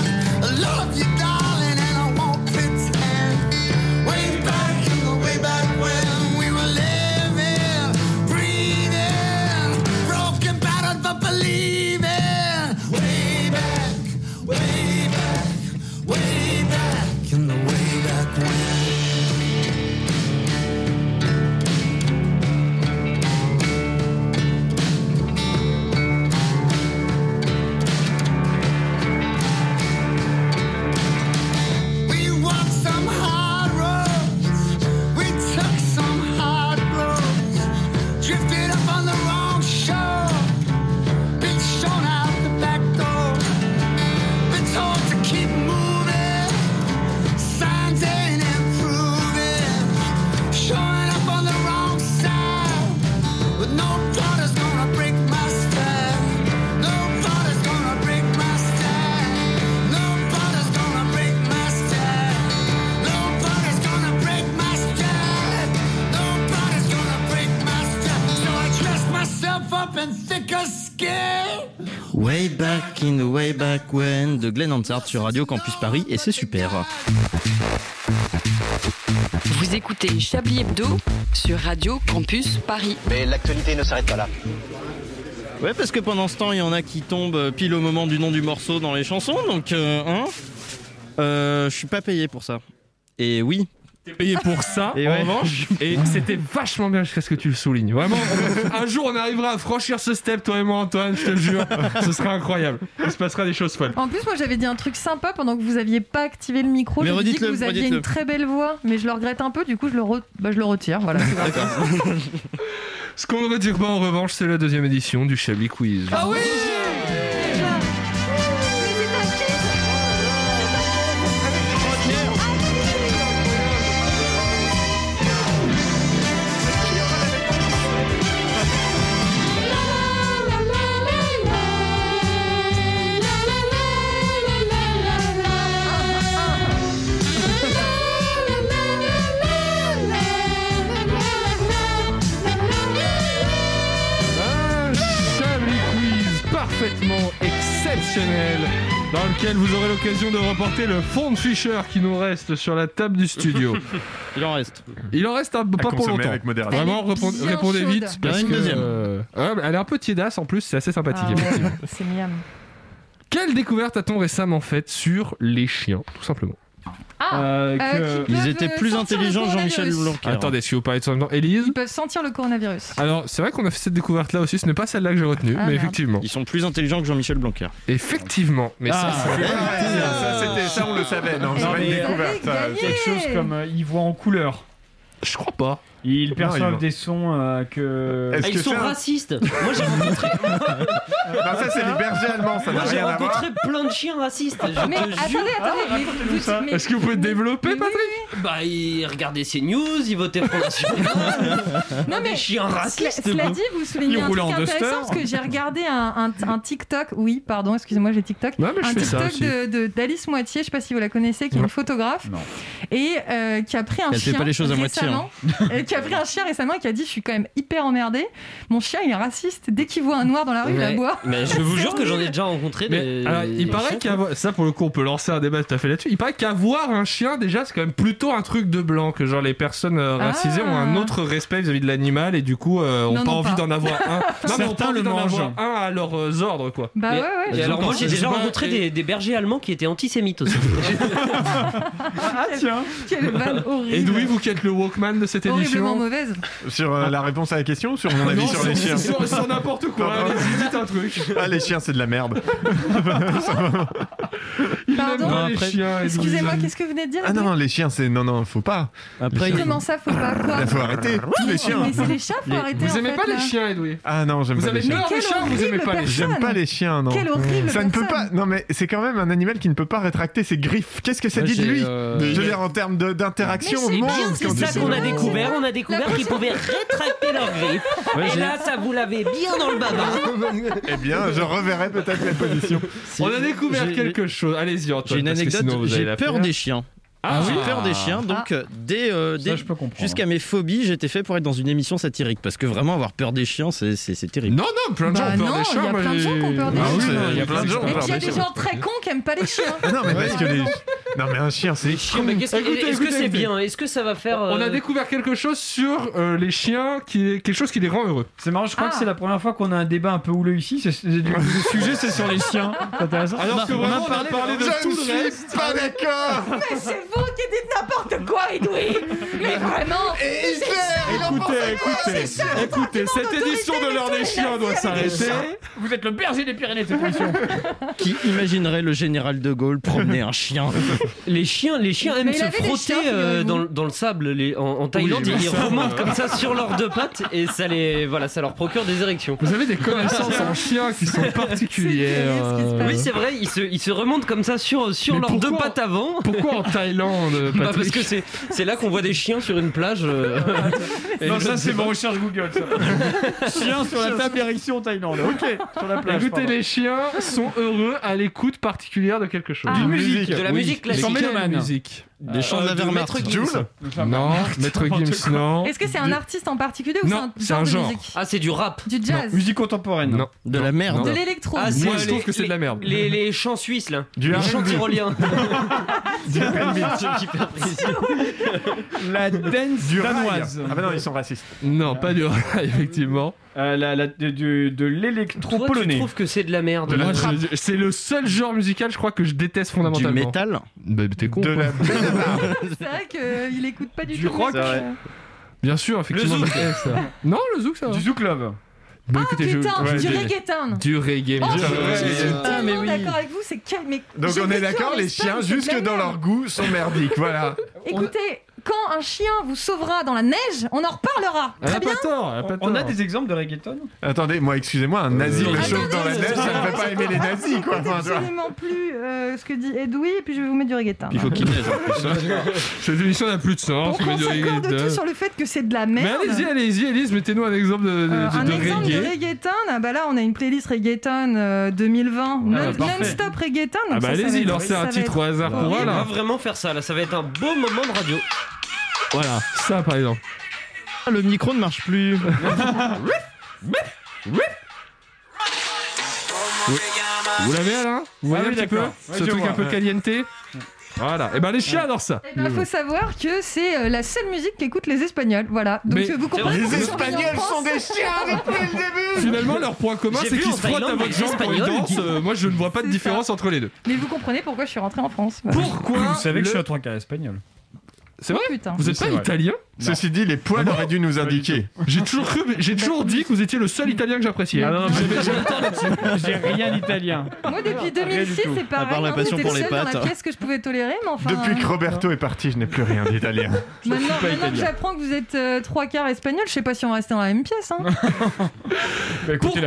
I love you, darling, and I won't pretend. Way back in the way back when, we were living, breathing, broken, battered, but believing. Way back, way back. Way back in the way back when. We walked some hard roads, we took some hard roads, drifted up on the wrong shore, been shown out the back door. Been told to keep moving, signs ain't improving. Showing up on the wrong side, with no daughter's gonna break my stride. No daughter's gonna break my stride. No daughter's gonna break my stride. No daughter's gonna break my stride. No daughter's gonna break my stride. So I dress myself up in thicker skin.
Way back in the way back when de Glenn Hansard sur Radio Campus Paris et c'est super.
Vous écoutez Chablis Hebdo sur Radio Campus Paris.
Mais l'actualité ne s'arrête pas là.
Ouais parce que pendant ce temps il y en a qui tombent pile au moment du nom du morceau dans les chansons donc euh, hein Euh, je suis pas payé pour ça. Et oui.
T'es payé pour ça
Et
en
ouais. *laughs*
revanche, et c'était vachement bien jusqu'à ce que tu le soulignes. Vraiment, un jour on arrivera à franchir ce step, toi et moi, Antoine, je te le jure. Ce sera incroyable. Il se passera des choses folles.
En plus, moi j'avais dit un truc sympa pendant que vous aviez pas activé le micro.
Mais
J'ai dit que
redites-le,
vous aviez
redites-le.
une très belle voix, mais je le regrette un peu. Du coup, je le, re- bah, je le retire. Voilà. c'est grave.
*laughs* Ce qu'on ne retire pas en revanche, c'est la deuxième édition du Chablis Quiz.
Ah oui
Un Chablis Quiz parfaitement exceptionnel dans lequel vous aurez l'occasion de remporter le fond de Fischer qui nous reste sur la table du studio.
*laughs* Il en reste.
Il en reste un, pas pour
consommer
longtemps.
avec modération.
Vraiment,
Elle est
répond-
bien
répondez
chaude.
vite.
Il y en a
Parce
une
que,
deuxième.
euh, ouais, elle est un peu tiédasse en plus, c'est assez sympathique.
Ah ouais,
effectivement.
c'est miam.
Quelle découverte a-t-on récemment faite sur les chiens, tout simplement
Euh,
euh,
que-
qui peuvent, euh, sentir le coronavirus.
Attendez, si vous parlez de en même temps, Élise
Ils peuvent sentir le coronavirus.
Alors, c'est vrai qu'on a fait cette découverte là aussi, ce n'est pas celle-là que j'ai retenue,
Ah,
mais
merde.
effectivement. Ils sont plus intelligents que Jean-Michel Blanquer. Effectivement, mais ça,
Ah,
c'est-
c'est vrai, ça, c'était- ça, on le savait, non, c'est pas une
euh,
mais- euh,
découverte, ça, c'est-
Quelque chose comme euh, ils voient en couleur.
Je crois pas.
Ils
Non,
perçoivent
ils voient.
des sons euh, que.
Est-ce Ah, que ils sont ça-
racistes. Moi, j'ai rencontré.
*laughs* Bah, ça, c'est les bergers allemands, ça n'a
Moi, j'ai
rien à voir. Ah,
rencontré plein de chiens racistes. je
Mais
te
attendez,
jure.
Ah,
attendez, mais vous- mais-
Est-ce que vous pouvez développer,
Patrick Bah, ils regardaient ces news, ils votaient pour
*laughs*
National.
Non mais
Des chiens racistes,
cela- Cela
vous.
dit, vous soulignez
Ils
un
roulent
truc
en duster.
intéressant
hein.
parce que j'ai regardé un, un- un TikTok. Oui, pardon, excusez-moi, j'ai TikTok.
Ouais, mais je
un
fais ça
TikTok de- de- d'Alice Moitié, je sais pas si vous la connaissez, qui est une photographe et euh, qui a pris un
Elle fait
chien
pas les choses à moitié, hein.
récemment. *laughs* euh, qui a pris un chien récemment et qui a dit, je suis quand même hyper emmerdée. Mon chien, il est raciste. Dès qu'il voit un noir dans la rue, il
Ouais.
aboie. *laughs*
Mais je vous jure que j'en ai déjà rencontré.
Mais,
des-
alors, il
des
paraît
chiens.
qu'avoir. Ça, pour le coup, on peut lancer un débat tout à fait là-dessus. Il paraît qu'avoir un chien, déjà, c'est quand même plutôt un truc de blanc. Que genre, les personnes euh, racisées ont un autre respect vis-à-vis de l'animal et du coup, euh, ont
Ah. Non,
pas
non,
envie
pas.
d'en avoir un. non, mais ont pas
Certains
envie
le
d'en
mangent. Bah
avoir un à leurs euh, ordres, quoi.
Bah
Mais- Et alors, moi, j'ai
Je
déjà
sais pas,
rencontré
et-
des, des bergers allemands qui étaient antisémites
*laughs*
aussi.
Ah tiens
Quelle vanne horrible.
Et d'où vous qui êtes le Walkman de cette
Horriblement
édition
mauvaise.
Sur euh, la réponse à la question ou sur mon avis
Ah. Non,
sur les chiens
Sur, sur n'importe quoi.
Pardon.
Allez-y, dites un truc.
Ah, les chiens, c'est de la merde.
Pardon.
pas les chiens, Edwin.
Excusez-moi, qu'est-ce que vous venez de dire
Ah non, non, les chiens, c'est. Non, non, faut pas. Après,
Comment ça, faut pas quoi
Il Ah, *laughs* faut arrêter. Tous les chiens.
Mais c'est les chats, faut arrêter. en fait, là.
Edoui
Ah non, j'aime
Vous
pas
avez
les chiens.
peur des Mais quelle chiens, vous aimez pas les horrible chiens.
J'aime pas les chiens, non.
Quelle horrible
Ça ne peut
personne.
pas. Non, mais c'est quand même un animal qui ne peut pas rétracter ses griffes. Qu'est-ce que ça
Moi,
dit de
j'ai,
lui
euh,
Je
Mais-
veux dire, en termes de- d'interaction,
Mais c'est
monstre,
bien,
quand
c'est
tu
ça
sais.
qu'on a découvert. On a découvert
La
qu'ils pouvaient rétracter leurs griffes.
Ouais,
Et
j'ai-
là, ça vous l'avez bien dans le baba.
*laughs* Eh bien, je reverrai peut-être la position.
On a découvert
J'ai-
quelque chose. Allez-y, Antoine.
J'ai une
parce que
anecdote,
sinon vous allez
j'ai
la
peur
faire.
des chiens.
Ah
j'ai
oui.
peur des chiens, donc euh, dès, euh, dès- jusqu'à mes phobies, j'étais fait pour être dans une émission satirique parce que vraiment avoir peur des chiens, c'est- c'est c'est terrible.
Non, non, plein
Bah non, il y a plein de gens qui ont peur des
Ah oui,
chiens.
il y a plein de gens qui ont
Et puis il y a
peur
des
des
gens
chiens.
très cons qui aiment pas les chiens.
Ah,
Non, mais parce que les. Non, mais un chien, c'est.
Chien, mais qu'est-ce que-
Écoutez,
Est-ce que
écoutez,
c'est
écoutez.
bien Est-ce que ça va faire.
On a
euh,
découvert quelque chose sur euh, les chiens, qui est quelque chose qui les rend heureux.
C'est marrant, je crois
Ah.
que c'est la première fois qu'on a un débat un peu houleux ici. c'est-
*laughs*
c'est- le sujet, c'est sur les chiens.
*laughs*
C'est intéressant.
Alors que vraiment, on a parlé de
Je
tout
ne
le
suis
reste.
pas d'accord
*laughs* Mais c'est vous qui dites n'importe quoi, Edoui Mais vraiment
Et Hitler, il en
Écoutez,
pensait quoi
écoutez,
C'est ça,
écoutez, cette édition de l'heure des chiens doit s'arrêter.
Vous êtes le berger des Pyrénées, cette *laughs* émission.
Qui imaginerait le général de Gaulle promener un chien
*laughs* Les chiens, les chiens aiment
Mais il
se
avait des
frotter
chiens,
euh,
figurez-vous.
dans, le- dans le sable les, en, en Thaïlande.
mais
ils
*laughs*
ça,
remontent
euh,
comme ça sur leurs deux pattes et ça les, voilà, ça leur procure des érections.
Vous avez des connaissances en chiens qui sont particulières. euh,
Oui, c'est vrai, ils se, ils se remontent comme ça sur, sur
Mais
leurs deux
pourquoi-
pattes avant.
Pourquoi en Thaïlande,
*laughs*
Patrick
Bah, parce que c'est c'est là qu'on voit des chiens sur une plage.
*laughs*
euh, et
Non,
je
ça,
ne sais
c'est
pas.
mon recherche Google, ça. Chien sur la table d'érection en Thaïlande. Ok, sur la plage.
Ah, Écoutez,
pardon.
les chiens sont heureux à l'écoute particulière de quelque chose.
Ah. D'une musique.
De la musique
les
classique.
quelles
Mélomane.
musiques
Des chants de la Wehrmacht.
Euh, Maître
Jules
Gims. Non, Maître Gims,
*laughs*
non.
Est-ce que c'est un artiste en particulier ou
Non,
c'est un genre de musique
Ah, c'est du rap.
Du jazz
Musique contemporaine.
Non.
De la merde.
De l'électro
Ah,
Moi,
c'est
je
les-
trouve que c'est de la merde.
Les, les chants suisses là.
Du
les
R&B.
chants tyroliens.
*laughs*
La dance
Du rail.
danoise.
Ah bah non, ils sont racistes.
Non, pas du rail, effectivement.
Euh, la, la- de, de- de l'électro
Toi, tu
polonais.
trouves que c'est de la merde.
Moi, je- C'est le seul genre musical, je crois, que je déteste fondamentalement.
Du métal
Bah, t'es con.
De
quoi. *laughs*
la
*laughs* C'est vrai qu'il écoute pas du,
Du
tout. le
rock.
mec.
C'est vrai.
Bien sûr, effectivement.
Le zouk.
je déteste ça. Non, le zouk, ça va.
Du Zoo Club.
Bah,
Ah
écoutez, je-
putain,
ouais,
du
je-
reggaeton
Du reggae,
Oh,
bien
je
sûr.
suis
Ah, mais
tellement
oui.
d'accord avec vous, c'est calme. mais
Donc
j'ai
on est
vécu en
d'accord, les
Espagne,
chiens,
c'est de la
jusque dans
merde.
leur goût, sont merdiques. Voilà.
Écoutez, quand un chien vous sauvera dans la neige, on en reparlera.
Elle
Très
a
bien
pas tort, elle a pas
On a
tort.
des exemples de reggaeton
Attendez, moi, excusez-moi, un nazi
Euh,
me chauffe dans la
attendez,
neige, ça ne fait pas aimer les nazis, quoi.
Écoutez
Enfin, tu vois.
Ah, absolument plus euh, ce que dit Edoui, et puis je vais vous mettre du reggaeton.
Il faut qu'il neige
*laughs*
en plus.
Cette émission n'a plus de sens.
Donc
mais
on
du
s'accorde
reggae.
tout sur le fait que c'est de la
Mais
merde.
allez-y, allez-y, Elise, mettez-nous un exemple de, de-
Euh,
de-
un
de
exemple
reggae.
de reggaeton, ah bah là on a une playlist reggaeton euh, 2020, non-
bah, parfait.
non-stop reggaeton. donc
Ah
ça,
bah
ça va
allez-y,
être-
lancez
ça
un
va
titre
être
au hasard
horrible.
pour hein.
On va
voilà.
vraiment faire ça là, ça va être un beau moment de radio.
Voilà, ça par exemple.
Ah, Le micro ne marche
*laughs*
plus.
Vous l'avez Alain Vous voyez
Ah
un
oui,
petit peu
d'accord. Ouais,
ce
je
truc
vois,
un peu
Ah ouais.
caliente Voilà. Et ben les chiens adorent ça.
Il faut savoir que c'est euh, la seule musique qu'écoutent les Espagnols. Voilà. Donc
Mais-
vous comprenez
Les
pourquoi je suis
Espagnols
revenue en France.
sont des chiens
depuis le
début. Finalement, leur point commun,
J'ai
c'est
vu
qu'ils
en
se frottent à
Thaïlande
votre
des
jambe quand ils
Espagnols
dansent.
qui-
Euh, moi, je ne vois pas de différence entre les deux.
Mais vous comprenez pourquoi je suis rentrée en France.
Pourquoi
Vous savez que je suis
le-
à trois quarts espagnol.
C'est vrai
Oh, putain.
Vous êtes
Oui,
pas
c'est vrai.
italien
Non.
Ceci dit, les poils auraient dû nous indiquer.
J'ai toujours cru, j'ai toujours dit que vous étiez le seul italien que j'appréciais. Ah non, non, mais-
J'ai rien d'italien.
Moi, depuis 2006,
tout.
c'est
À
pareil.
part la
hein,
passion
J'étais
pour
le
les
seul dans la
pâtes.
pièce que je pouvais tolérer, mais enfin.
Depuis
hein.
euh,
que Roberto est parti, je n'ai plus rien
*laughs*
d'italien.
Maintenant,
pas
maintenant que
italien.
j'apprends que vous êtes euh, trois quarts espagnol, je sais pas si on restait dans la même pièce.
*laughs*
Hein.
Bah,
Pourquoi,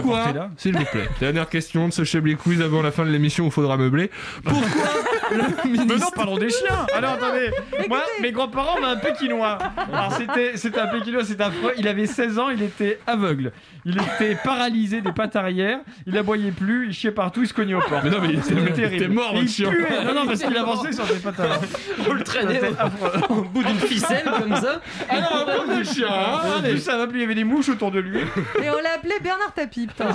s'il vous plaît, dernière question de ce Chablis Quiz avant la fin de l'émission où il faudra meubler. Pourquoi le
Mais
ministre
non, parlons des chiens Alors attendez, moi, mes grands-parents avaient un Pékinois. Alors c'était, c'était un Pékinois, c'est affreux. Il avait 16 ans, il était aveugle. Il était paralysé des pattes arrière, il aboyait plus, il chiait partout, il se cognait aux portes.
Mais non, mais il était- il était mort,
Et
le
il
chien.
puait. Non, non, parce qu'il avançait sur des pattes arrière.
On le traînait
C'était affreux.
au, au bout d'une ficelle comme ça. Ah,
Ah non, comme des chiens, hein. Allez, ça va plus, il y avait des mouches autour de lui.
Et on l'a appelé Bernard Tapie, putain.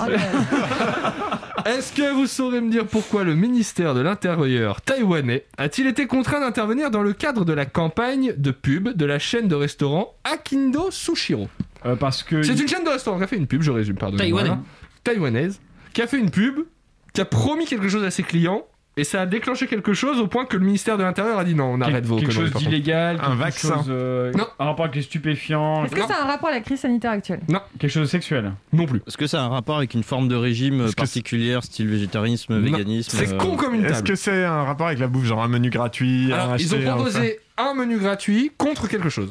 Est-ce que vous saurez me dire pourquoi le ministère de l'Intérieur taïwanais a-t-il été contraint d'intervenir dans le cadre de la campagne de pub de la chaîne de restaurants Akindo Sushiro
Euh, Parce que.
C'est une chaîne de restaurants qui a fait une pub, je résume, pardon.
Taïwanais.
Taïwanaise, qui a fait une pub, qui a promis quelque chose à ses clients, et ça a déclenché quelque chose au point que le ministère de l'Intérieur a dit non, on arrête vos
quelque
conneries,
chose
par contre.
d'illégal,
Un
quelque
vaccin.
chose, euh,
Non.
Un rapport avec les stupéfiants.
Est-ce que ça a un rapport à la crise sanitaire actuelle
Non.
Quelque chose de sexuel
Non plus.
Est-ce que ça a un rapport avec une forme de régime euh, particulière, style végétarisme, véganisme euh,
Est-ce que c'est un rapport avec la bouffe, genre un menu gratuit
Alors,
un
ils
acheté,
ont
un
proposé un menu gratuit contre quelque chose.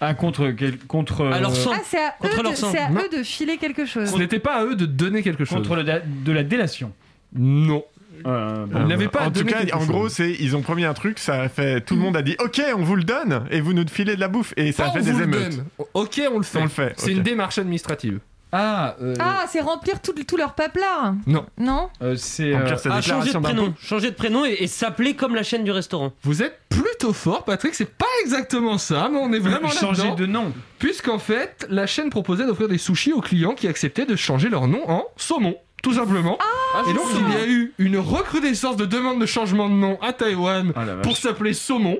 Ah, contre. contre euh,
Ah, c'est à,
Contre
eux de,
leur sang.
c'est à
Non.
eux de filer quelque chose.
Ce n'était pas à eux de donner quelque chose.
Contre le da- de la délation.
Non. Ah, bah,
Euh,
Ils n'avaient pas à
en tout
donner
cas,
quelque
en
chose.
gros, c'est ils ont promis un truc, ça a fait tout le monde a dit OK, on vous le donne et vous nous filez de la bouffe et ça
Pas
a fait
on vous
des
le
émeutes.
donne. Ok, on le fait.
On le fait,
C'est
ok.
une démarche administrative.
Ah,
Ah, c'est remplir tout, tout leur paplard
Non.
Non
euh, c'est.
Remplir sa
ah, changer de
déclaration
prénom,
d'impôt.
changer de prénom et, et s'appeler comme la chaîne du restaurant.
Vous êtes plutôt fort, Patrick. C'est pas exactement ça, mais on est vraiment là
Changer de nom.
Puisqu'en fait, la chaîne proposait d'offrir des sushis aux clients qui acceptaient de changer leur nom en saumon, tout simplement.
Ah,
Et donc, il y a eu une recrudescence de demandes de changement de nom à Taïwan
Ah,
pour s'appeler
*laughs*
saumon,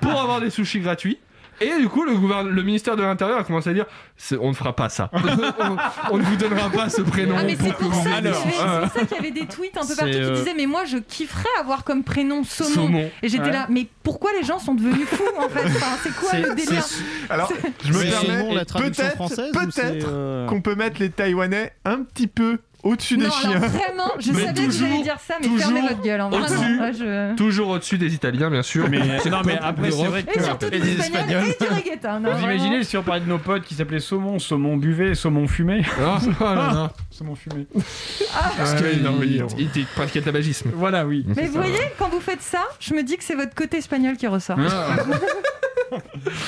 pour avoir des sushis gratuits. Et du coup, le, gouverne- le ministère de l'Intérieur a commencé à dire C'est- On ne fera pas ça. *laughs* on, on ne vous donnera pas ce prénom.
Ah, mais c'est
que
pour
vous-
ça qu'il y avait-
Alors,
c'est
euh,
pour ça qu'il y avait des tweets un peu
C'est,
partout qui
euh,
disaient Mais moi, je kifferais avoir comme prénom Saumon.
Saumon.
Et j'étais
Ouais.
là, mais pourquoi les gens sont devenus fous en fait Enfin, C'est quoi
C'est-
le délire
Alors, je me
C'est
permets
Simon, la
et
traduction
peut-être
française, ou c'est,
peut-être
euh,
qu'on peut mettre les Taïwanais un petit peu au-dessus
Non,
des
alors,
chiens.
vraiment, je savais que vous allez dire ça, mais fermez votre gueule. hein,
au-dessus.
vraiment. Ah, je-
*laughs* Toujours au-dessus des Italiens, bien sûr.
Mais-
C'est
non,
le
mais
peuple
après, c'est
d'Europe.
vrai que-
Et surtout des Espagnols et du reggaeton.
hein,
non,
Vous
vraiment.
imaginez si on parlait de nos potes qui s'appelaient saumon, saumon buvé, saumon fumé
Ah, ah là là.
Saumon fumé.
Ah.
Parce
Ah, oui, non, oui,
qu'il
on-
il pratiquait le tabagisme.
Voilà, oui.
Mais vous voyez, quand vous faites ça, je me dis que c'est votre côté espagnol qui ressort.
Ah.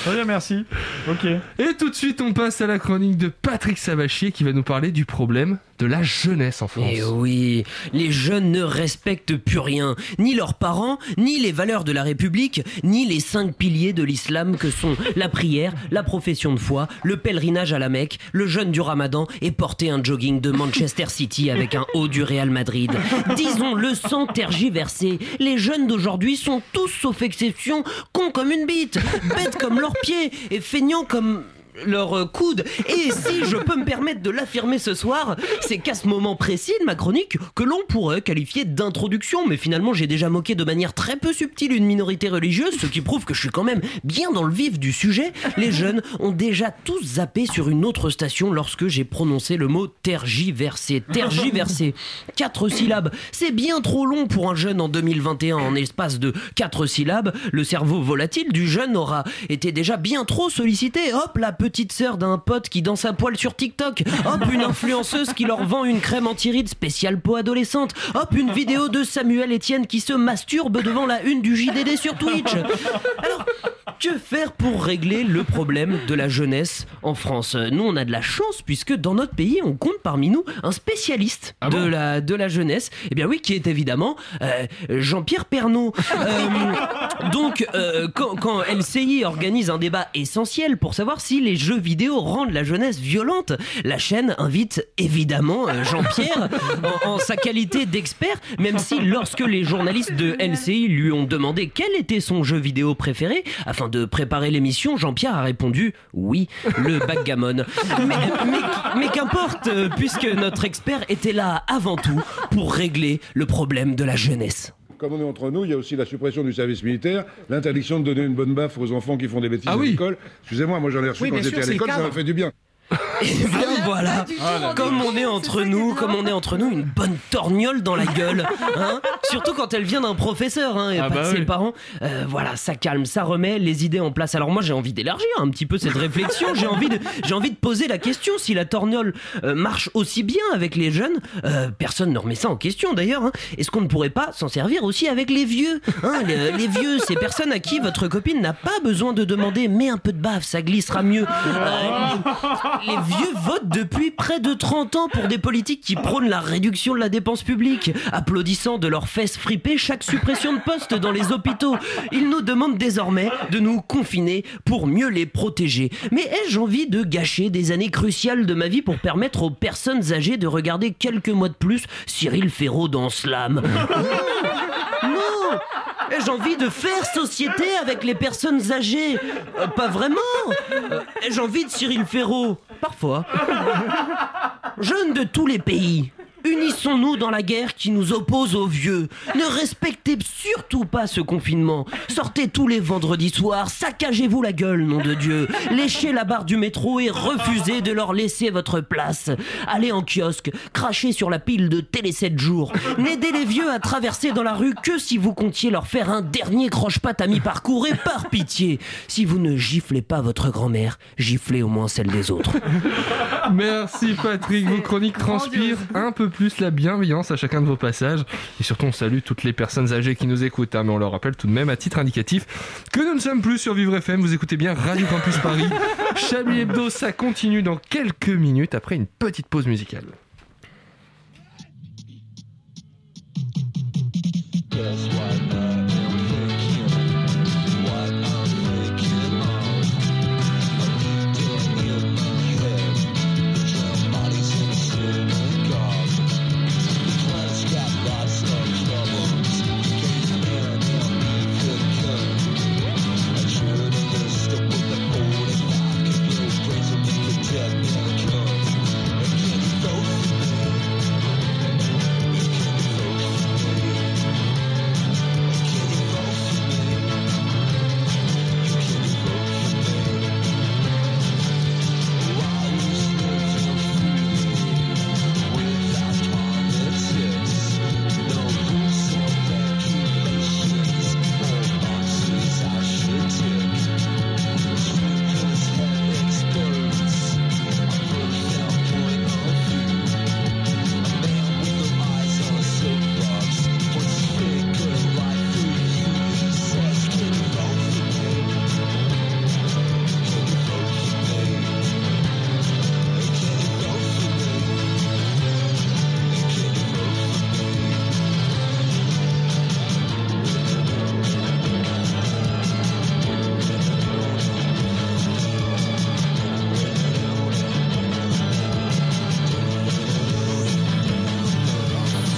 Très bien, merci. Ok.
Et tout de suite, on passe à la chronique de Patrick Sabachier qui va nous parler du problème de la jeunesse en France.
Eh oui, les jeunes ne respectent plus rien, ni leurs parents, ni les valeurs de la République, ni les cinq piliers de l'islam que sont la prière, la profession de foi, le pèlerinage à la Mecque, le jeûne du Ramadan et porter un jogging de Manchester City avec un haut du Real Madrid. Disons-le sans tergiverser, les jeunes d'aujourd'hui sont tous, sauf exception, cons comme une bite, bêtes comme leurs pieds et feignants comme leur euh, coude. Et si je peux me permettre de l'affirmer ce soir, c'est qu'à ce moment précis de ma chronique, que l'on pourrait qualifier d'introduction, mais finalement j'ai déjà moqué de manière très peu subtile une minorité religieuse, ce qui prouve que je suis quand même bien dans le vif du sujet, les jeunes ont déjà tous zappé sur une autre station lorsque j'ai prononcé le mot tergiverser. Tergiverser. Quatre syllabes. C'est bien trop long pour un jeune en 2021 en espace de quatre syllabes. Le cerveau volatile du jeune aura été déjà bien trop sollicité. Hop, la petite sœur d'un pote qui danse à poil sur TikTok. Hop, une influenceuse qui leur vend une crème anti-rides spéciale peau adolescente. Hop, une vidéo de Samuel Etienne qui se masturbe devant la une du JDD sur Twitch. Alors, que faire pour régler le problème de la jeunesse en France Nous, on a de la chance puisque dans notre pays, on compte parmi nous un spécialiste de, la, de la jeunesse. Eh bien oui, qui est évidemment euh, Jean-Pierre Pernaud. euh, donc, euh, quand, quand LCI organise un débat essentiel pour savoir si les les jeux vidéo rendent la jeunesse violente. La chaîne invite évidemment euh, Jean-Pierre en, en sa qualité d'expert, même si lorsque les journalistes de LCI lui ont demandé quel était son jeu vidéo préféré, afin de préparer l'émission, Jean-Pierre a répondu oui, le backgammon. Mais, mais- mais qu'importe, euh, puisque notre expert était là avant tout pour régler le problème de la jeunesse.
Comme on est entre nous, il y a aussi la suppression du service militaire, l'interdiction de donner une bonne baffe aux enfants qui font des
Ah
bêtises à l'école. Excusez-moi, moi j'en ai reçu
Oui,
quand
bien
j'étais
sûr,
à
c'est
l'école, ça
cadre.
m'a fait du bien.
Eh bien voilà, comme on est entre nous, comme on est entre nous, une bonne torgnole dans la gueule, hein surtout quand elle vient d'un professeur hein, et
Ah
pas
bah
de
oui.
ses parents. Euh, voilà, ça calme, ça remet les idées en place. Alors moi j'ai envie d'élargir un petit peu cette réflexion, j'ai envie de, j'ai envie de poser la question si la torgnole euh, marche aussi bien avec les jeunes, euh, personne ne remet ça en question d'ailleurs. hein. Est-ce qu'on ne pourrait pas s'en servir aussi avec les vieux hein, les, les vieux, ces personnes à qui votre copine n'a pas besoin de demander, mais un peu de baffe, ça glissera mieux. Euh, les vieux votent depuis près de 30 ans pour des politiques qui prônent la réduction de la dépense publique, applaudissant de leurs fesses fripées chaque suppression de poste dans les hôpitaux. Ils nous demandent désormais de nous confiner pour mieux les protéger. Mais ai-je envie de gâcher des années cruciales de ma vie pour permettre aux personnes âgées de regarder quelques mois de plus Cyril Ferraud dans Slam non J'ai envie de faire société avec les personnes âgées. Euh, pas vraiment. Euh, J'ai envie de Cyril Ferraud. Parfois. Jeunes de tous les pays. Unissons-nous dans la guerre qui nous oppose aux vieux. Ne respectez surtout pas ce confinement. Sortez tous les vendredis soirs, saccagez-vous la gueule, nom de Dieu. Léchez la barre du métro et refusez de leur laisser votre place. Allez en kiosque, crachez sur la pile de Télé 7 jours. N'aidez les vieux à traverser dans la rue que si vous comptiez leur faire un dernier croche-patte à mi-parcours et par pitié. Si vous ne giflez pas votre grand-mère, giflez au moins celle des autres.
Merci Patrick, vos chroniques transpirent un peu plus la bienveillance à chacun de vos passages. Et surtout, on salue toutes les personnes âgées qui nous écoutent. hein. mais on leur rappelle tout de même, à titre indicatif, que nous ne sommes plus sur Vivre FM. Vous écoutez bien Radio Campus Paris. Chablis Hebdo, ça continue dans quelques minutes après une petite pause musicale.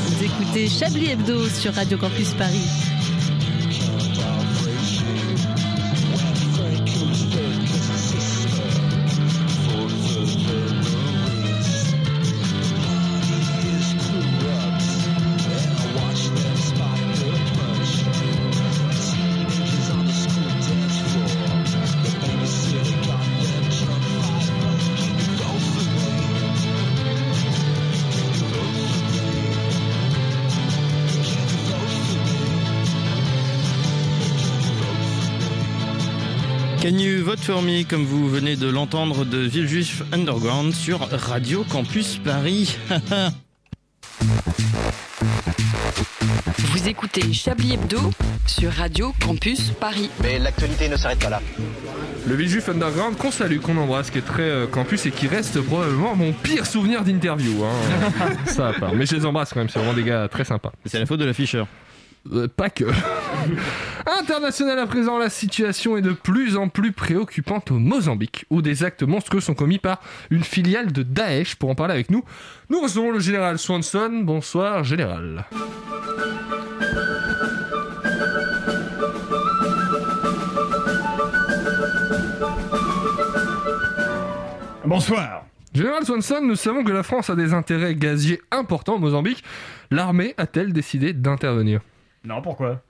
Vous écoutez Chablis Hebdo sur Radio Campus Paris.
Can you vote for me comme vous venez de l'entendre de Villejuif Underground sur Radio Campus Paris. *laughs*
Vous écoutez Chablis Hebdo sur Radio Campus Paris.
Mais l'actualité ne s'arrête pas là.
Le Villejuif Underground qu'on salue, qu'on embrasse, qui est très euh, campus et qui reste probablement mon pire souvenir d'interview. *laughs* hein. Ça à part. Mais je les embrasse quand même, c'est vraiment des gars très sympas.
C'est la faute de l'afficheur.
pas que. *laughs* International à présent, la situation est de plus en plus préoccupante au Mozambique, où des actes monstrueux sont commis par une filiale de Daesh. Pour en parler avec nous, nous recevons le général Swanson. Bonsoir, général. Bonsoir. Général Swanson, nous savons que la France a des intérêts gaziers importants au Mozambique. L'armée a-t-elle décidé d'intervenir
Non, pourquoi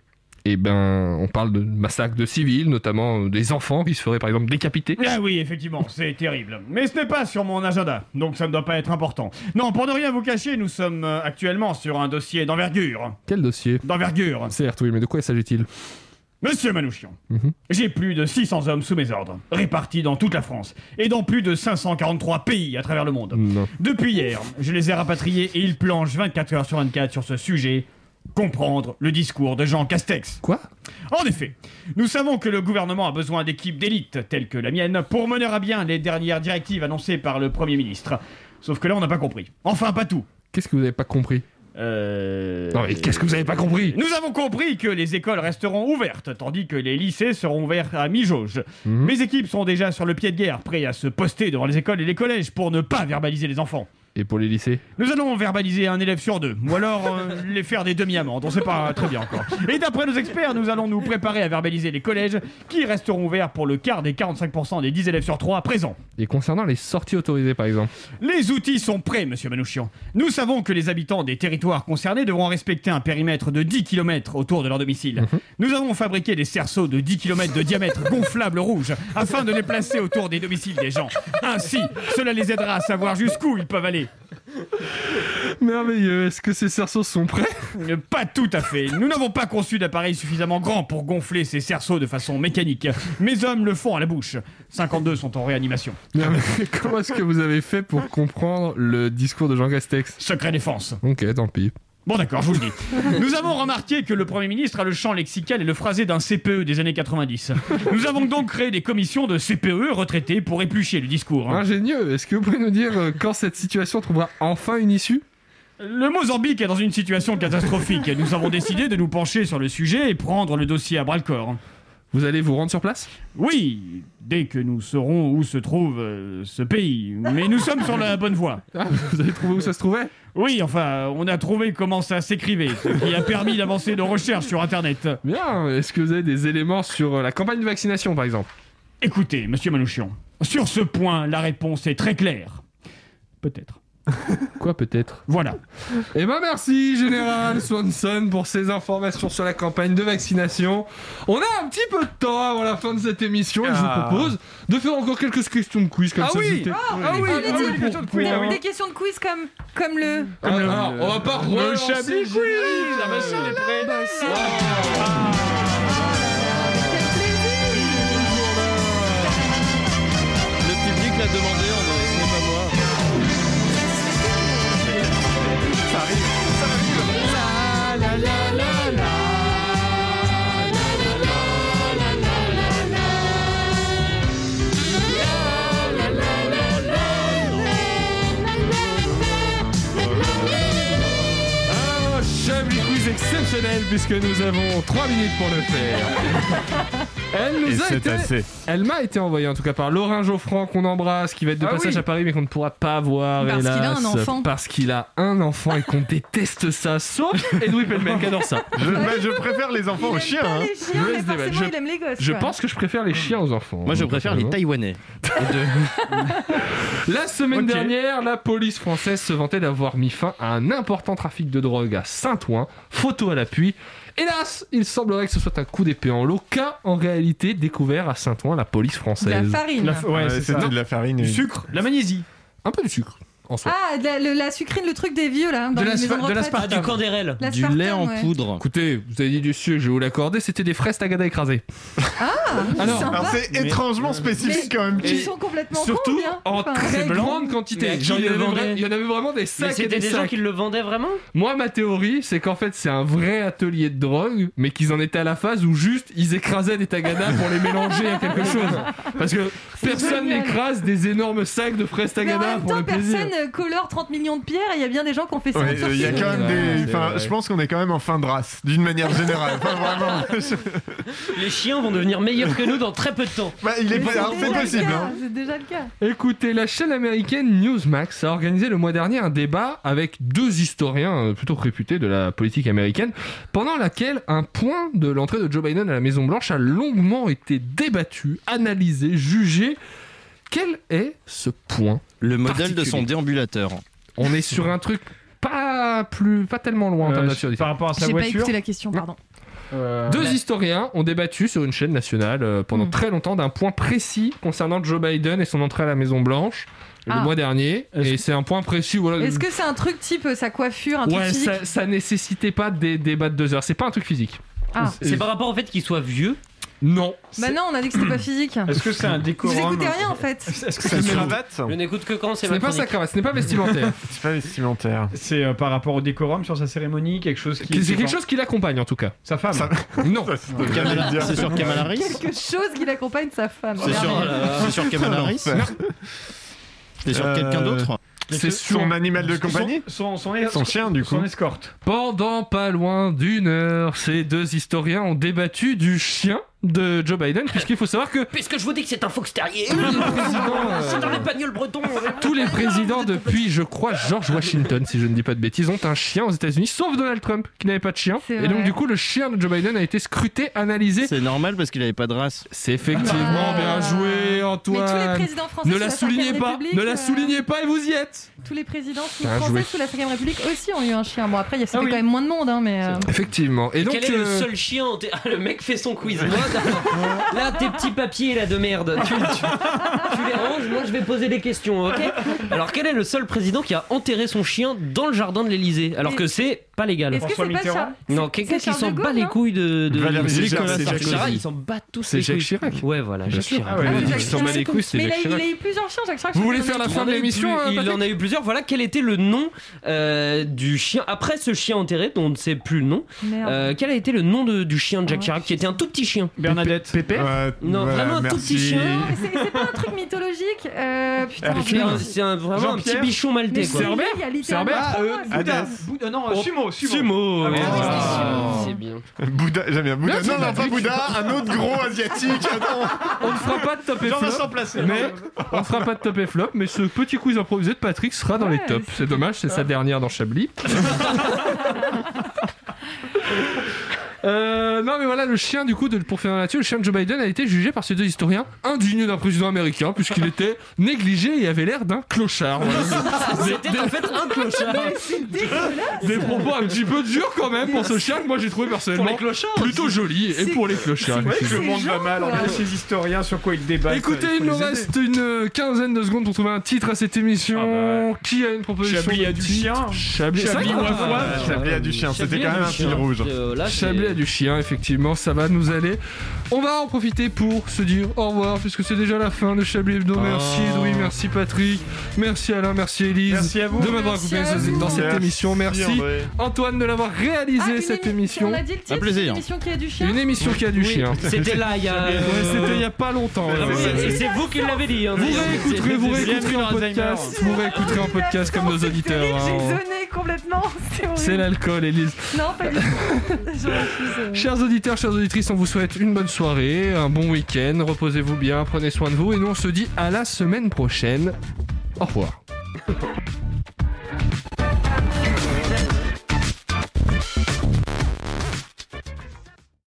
Eh ben, on parle de massacres de civils, notamment euh, des enfants qui se feraient par exemple décapiter.
Ah oui, effectivement, c'est terrible. Mais ce n'est pas sur mon agenda, donc ça ne doit pas être important. Non, pour ne rien vous cacher, nous sommes euh, actuellement sur un dossier d'envergure.
Quel dossier
D'envergure.
Certes, oui, mais de quoi s'agit-il
Monsieur Manouchian,
Mhm.
j'ai plus de 600 hommes sous mes ordres, répartis dans toute la France et dans plus de 543 pays à travers le monde.
Non.
Depuis hier, je les ai rapatriés et ils planchent 24 heures sur 24 sur ce sujet. Comprendre le discours de Jean Castex.
Quoi
En effet, nous savons que le gouvernement a besoin d'équipes d'élite telles que la mienne pour mener à bien les dernières directives annoncées par le Premier ministre. Sauf que là, on n'a pas compris. Enfin, pas tout.
Qu'est-ce que vous n'avez pas compris
Euh...
Non
*laughs*
mais qu'est-ce que vous avez pas compris
Nous avons compris que les écoles resteront ouvertes, tandis que les lycées seront ouverts à mi-jauge.
Mhm.
Mes équipes sont déjà sur le pied de guerre, prêts à se poster devant les écoles et les collèges pour ne pas verbaliser les enfants.
Et pour les lycées
Nous allons verbaliser un élève sur deux, ou alors euh, *laughs* les faire des demi-amendes, on sait pas très bien encore. Et d'après nos experts, nous allons nous préparer à verbaliser les collèges, qui resteront ouverts pour le quart des 45% des 10 élèves sur 3 présents.
Et concernant les sorties autorisées par exemple
Les outils sont prêts, monsieur Manouchian. Nous savons que les habitants des territoires concernés devront respecter un périmètre de 10 km autour de leur domicile.
Mhm.
Nous avons fabriqué des cerceaux de 10 km
*laughs*
de diamètre gonflables rouges afin de les placer autour des domiciles des gens. Ainsi, cela les aidera à savoir jusqu'où ils peuvent aller.
Merveilleux, est-ce que ces cerceaux sont prêts
Euh, Pas tout à fait. Nous n'avons pas conçu d'appareil suffisamment grand pour gonfler ces cerceaux de façon mécanique. Mes hommes le font à la bouche. 52 sont en réanimation.
Non, mais *laughs* Comment est-ce que vous avez fait pour comprendre le discours de Jean Castex
Secret défense.
Ok, tant pis.
Bon d'accord, je vous le dis. *laughs* Nous avons remarqué que le Premier ministre a le champ lexical et le phrasé d'un CPE des années 90. Nous avons donc créé des commissions de CPE retraités pour éplucher le
*laughs*
discours. hein.
Ingénieux, est-ce que vous pouvez nous dire euh, quand cette situation trouvera enfin une issue
Le Mozambique est dans une situation catastrophique. Nous avons décidé de nous pencher sur le sujet et prendre le dossier à bras le corps.
Vous allez vous rendre sur place
Oui, dès que nous saurons où se trouve euh, ce pays. Mais nous sommes sur la bonne voie.
Ah, Vous avez trouvé où ça se trouvait
Oui, enfin, on a trouvé comment ça s'écrivait, ce qui a permis d'avancer nos recherches sur Internet.
Bien, est-ce que vous avez des éléments sur euh, la campagne de vaccination par exemple
Écoutez, monsieur Manouchian, sur ce point, la réponse est très claire. Peut-être.
Quoi peut-être
Voilà.
Eh ben merci Général Swanson pour ces informations sur la campagne de vaccination. On a un petit peu de temps avant la fin de cette émission et je vous
Ah.
propose de faire encore quelques questions de quiz comme
Ah
ça.
oui
c'était-
Ah, ah oui,
J'allais
ah oui,
dire,
des questions de quiz,
des-
ah oui.
des questions de quiz comme, comme le.
Ah, alors, on va pas
Le
relancer
Chablis
le
Quiz
générique.
La machine est prête
Le public l'a demandé, on ne- ce n'est pas moi. Ça arrive, ça arrive.
Un Chablis Ah, Quiz exceptionnel puisque nous avons 3 minutes pour le faire. Elle nous
Et
a
c'est
été...
assez.
Elle m'a été envoyée en tout cas par Laurent Geoffran qu'on embrasse, qui va être de
Ah
passage
oui.
à Paris mais qu'on ne pourra pas voir.
Parce qu'il a
hélas,
un enfant.
Parce qu'il a un enfant
*laughs*
et qu'on déteste ça, sauf Edoui Pellemel qui adore ça.
Je- bah, je préfère les enfants
aux
Il aux aime chiens, pas hein. les chiens, mais
déballe.
forcément,
je,
il aime les gosses,
je
quoi.
pense que je préfère les chiens aux enfants.
Moi, je
Donc, euh,
préfère les
vraiment.
Taïwanais.
La semaine dernière, la police française se vantait d'avoir mis fin à un important trafic de drogue à Saint-Ouen, photo à l'appui. Hélas, il semblerait que ce soit un coup d'épée en l'eau, qu'a en réalité découvert à Saint-Ouen la police française.
De la farine. La f- ouais, c'est
ça. de la farine.
Du
sucre, la magnésie.
Un peu de sucre, en soi.
Ah, de la, le- la sucrine, le truc des vieux là. hein, Ah, Dans les maisons retraite.
Ah,
La spartane, ouais.
Écoutez, vous avez dit du sucre, je vais vous l'accorder, c'était des fraises tagada écrasées.
Ah,
Alors-
sympa.
Alors, c'est étrangement spécifique
Mais
quand même.
Ils
Et
sont complètement
Surtout
cons, bien.
en
Enfin,
très
c'est
grande
Mais à
quantité.
qui
Genre, il y
le
en avait
vendaient
vra- il y en avait vraiment des
Mais
sacs et
c'était
des
des gens
sacs.
qui le vendaient vraiment
Moi, ma théorie, c'est qu'en fait, c'est un vrai atelier de drogue, mais qu'ils en étaient à la phase où juste ils écrasaient des tagadas pour les mélanger à quelque chose. Parce que personne
génial.
n'écrase des énormes sacs de fraises
Mais en
tagada
même
pour
temps,
le plaisir.
personne euh, colore 30 millions de pierres et il y a bien des gens qui ont fait ça.
Ouais,
sur
euh, Il y a
ce-
quand même
vrai,
des.
c'est
enfin,
vrai.
je pense qu'on est quand même en fin de race, d'une manière générale. Enfin, vraiment.
Les chiens vont devenir meilleurs que nous dans très peu de temps.
Bah, il est
Mais
pas- alors,
déjà
c'est
le
possible,
cas,
hein.
C'est déjà le cas.
Écoutez, la chaîne américaine Newsmax a organisé le mois dernier un débat avec deux historiens euh, plutôt réputés de la politique américaine, pendant laquelle un point de l'entrée de Joe Biden à la Maison Blanche a longuement été débattu, analysé, jugé. Quel est ce point
Le modèle de son
particulier
déambulateur.
On est sur un truc pas plus, pas tellement loin en termes de nationalité.
par rapport à sa
J'ai pas
voiture.
écouté la question, pardon.
Deux
la-
historiens ont débattu sur une chaîne nationale euh,
Hmm.
pendant très longtemps d'un point précis concernant Joe Biden et son entrée à la Maison Blanche le
Ah.
mois dernier. Et c'est un point précis. Voilà,
Est-ce que c'est un truc type euh, sa coiffure, un truc
ouais,
physique
ça, ça nécessitait pas des débats de deux heures. C'est pas un truc physique.
Ah.
C'est par rapport au fait qu'il soit vieux
Non.
Bah non, on a dit que c'était pas physique.
Est-ce que c'est un décorum
Vous écoutez rien en fait.
*laughs*
Est-ce
que c'est une cravate
Je n'écoute que quand c'est
Ce n'est
ma
pas sa
chronique.
cravate, ce n'est pas
*laughs*
vestimentaire.
C'est pas vestimentaire.
C'est euh, par rapport au décorum sur sa cérémonie, quelque chose qui.
C'est quelque chose qui l'accompagne en tout cas.
Sa femme. *laughs*
Non.
Kamala-
c'est sur Kamala Harris
Quelque chose qui l'accompagne sa femme.
C'est sur,
Regardez.
euh, c'est sur Kamala Harris C'est sur
Euh,
quelqu'un d'autre
C'est sur son animal de compagnie
Son, son,
Son chien, du coup.
Son escorte.
Pendant pas loin d'une heure, ces deux historiens ont débattu du chien de Joe Biden, puisqu'il faut savoir que
Puisque je vous dis que c'est un fox terrier, c'est dans les bagnoles bretons.
tous les présidents depuis, je crois, George Washington, si je ne dis pas de bêtises, ont un chien aux États-Unis, sauf Donald Trump, qui n'avait pas de chien.
C'est
Et donc
vrai.
du coup, le chien de Joe Biden a été scruté, analysé.
C'est normal parce qu'il avait pas de race.
C'est effectivement bien joué, Antoine.
Ah. Mais tous les présidents français
ne
sous
la
la
soulignez
Ve
pas,
République,
ne la
euh,
soulignez pas et vous y êtes.
Tous les présidents sous-
Bien joué.
français sous la 5ème République aussi ont eu un chien. Bon, après, il y a c'était
Ah oui.
quand même moins de monde, hein, mais. euh,
Effectivement. Et donc,
Quel est le
euh,
seul chien en thé- Ah, *laughs* Le mec fait son quiz. Moi, *laughs* là, tes petits papiers là de merde, tu, tu- tu les ranges. Moi, je vais poser des questions, ok Alors, quel est le seul président qui a enterré son chien dans le jardin de l'Élysée alors que c'est pas légal
Est-ce que c'est pas Charles
Non, quelqu'un
c'est
qui
Charles
s'en
de
bat
Gaulle,
les
non
couilles de, de
Valérie
de
Giscard,
Nicolas
c'est
Sarkozy.
Jacques Chirac.
Ils s'en battent tous
C'est
les
Jacques
couilles.
Chirac.
Ouais, voilà,
Bien
Jacques
sûr.
Chirac.
Ah ouais,
Ah,
oui,
Jacques
ils s'en
Chirac,
battent
c'est
les couilles, c'est
Mais il
Jacques
a- il
Chirac.
a eu plusieurs chiens,
Ah,
Jacques Chirac.
Vous
je
voulez
crois
faire
qu'on
la
a dit.
fin
Il
de
en a eu
l'émission
plus-
hein,
Il en a eu plusieurs. Voilà quel était le nom euh, du chien. Après ce chien enterré, dont on ne sait plus le nom,
Merde.
euh, quel a été le nom de- du chien de Jacques Chirac, qui était un tout petit chien
Bernadette.
Pépé
Non, vraiment un tout petit chien.
Ah,
Mais c'est- C'est pas un truc mythologique. euh, Putain,
C'est un- C'est un- vraiment un petit
Jean-Pierre.
bichon maltais
Mais
quoi.
c'est Herbert Il y a littéralement
Herbert
pas
Ah,
euh,
mal,
Bouddha.
Hadès.
Bouddha- Non, euh, Sumo. Sumo.
Sumo,
Ah,
mais-
mais-
C'est bien.
Bouddha, j'aime bien. Bouddha.
Merci,
Non, non, pas
Patrick.
Bouddha, un autre gros asiatique. Attends.
On ne fera pas de top et
Jean-Vincent
flop.
Placé.
Mais on ne fera pas de top et flop, mais ce petit quiz improvisé de Patrick sera dans les
Ouais,
tops. C'est dommage, c'est sa dernière dans
*laughs*
Chablis. Euh, non mais voilà le chien du coup de, pour finir là-dessus le chien de Joe Biden a été jugé par ces deux historiens indigne d'un président américain puisqu'il était négligé et avait l'air d'un
*laughs*
clochard Voilà. Des-
C'était en fait un
*laughs*
clochard.
des propos un petit peu durs quand même pour ce chien que moi j'ai trouvé personnellement plutôt joli et pour les hein, clochards.
Ouais, que le
C'est
monde va
Jean,
mal en
euh,
quoi.
fait, ces historiens sur quoi ils débattent.
Écoutez,
faut
il nous
les aider.
reste une euh, quinzaine de secondes pour trouver un titre à cette émission.
bah
Ah
Qui a une proposition
Chablis
de
a du
titre
chien.
Chablis, c'est vrai
Chablis
qu'on
ou
a-
Afouaf.
Chablis a du chien, c'était quand même un fil rouge.
Euh, là, c'est-
Chablis a du chien, effectivement, ça va nous aller. On va en profiter pour se dire au revoir, puisque c'est déjà la fin de Chablis Hebdo. Merci Edoui, merci Patrick, merci Alain, merci Elise
Merci à vous.
de m'avoir
Merci
coupé
à vous.
dans cette
Merci,
émission. Merci
André.
Antoine de l'avoir
Ah,
réalisé
une
cette
émi-
émission.
On a dit le titre.
plaisir.
c'est Une émission qui a du chien.
hein. Une émission qui a du chien.
*laughs*
Ah
C'était là il y a. Ah
Ouais, c'était il y a pas longtemps. ouais, ouais, ouais.
Et c'est vous qui l'avez dit. hein,
Vous
d'ailleurs.
réécouterez, vous réécouterez en
Alzheimer.
podcast, vous réécouterez en podcast comme nos auditeurs.
J'ai
hein.
zoné complètement. *laughs* C'est
C'est
horrible.
l'alcool, Elise.
Non, pas du tout.
*laughs*
Je refuse, euh.
Chers auditeurs, chères auditrices, on vous souhaite une bonne soirée, un bon week-end, reposez-vous bien, prenez soin de vous, et nous on se dit à la semaine prochaine. Au revoir.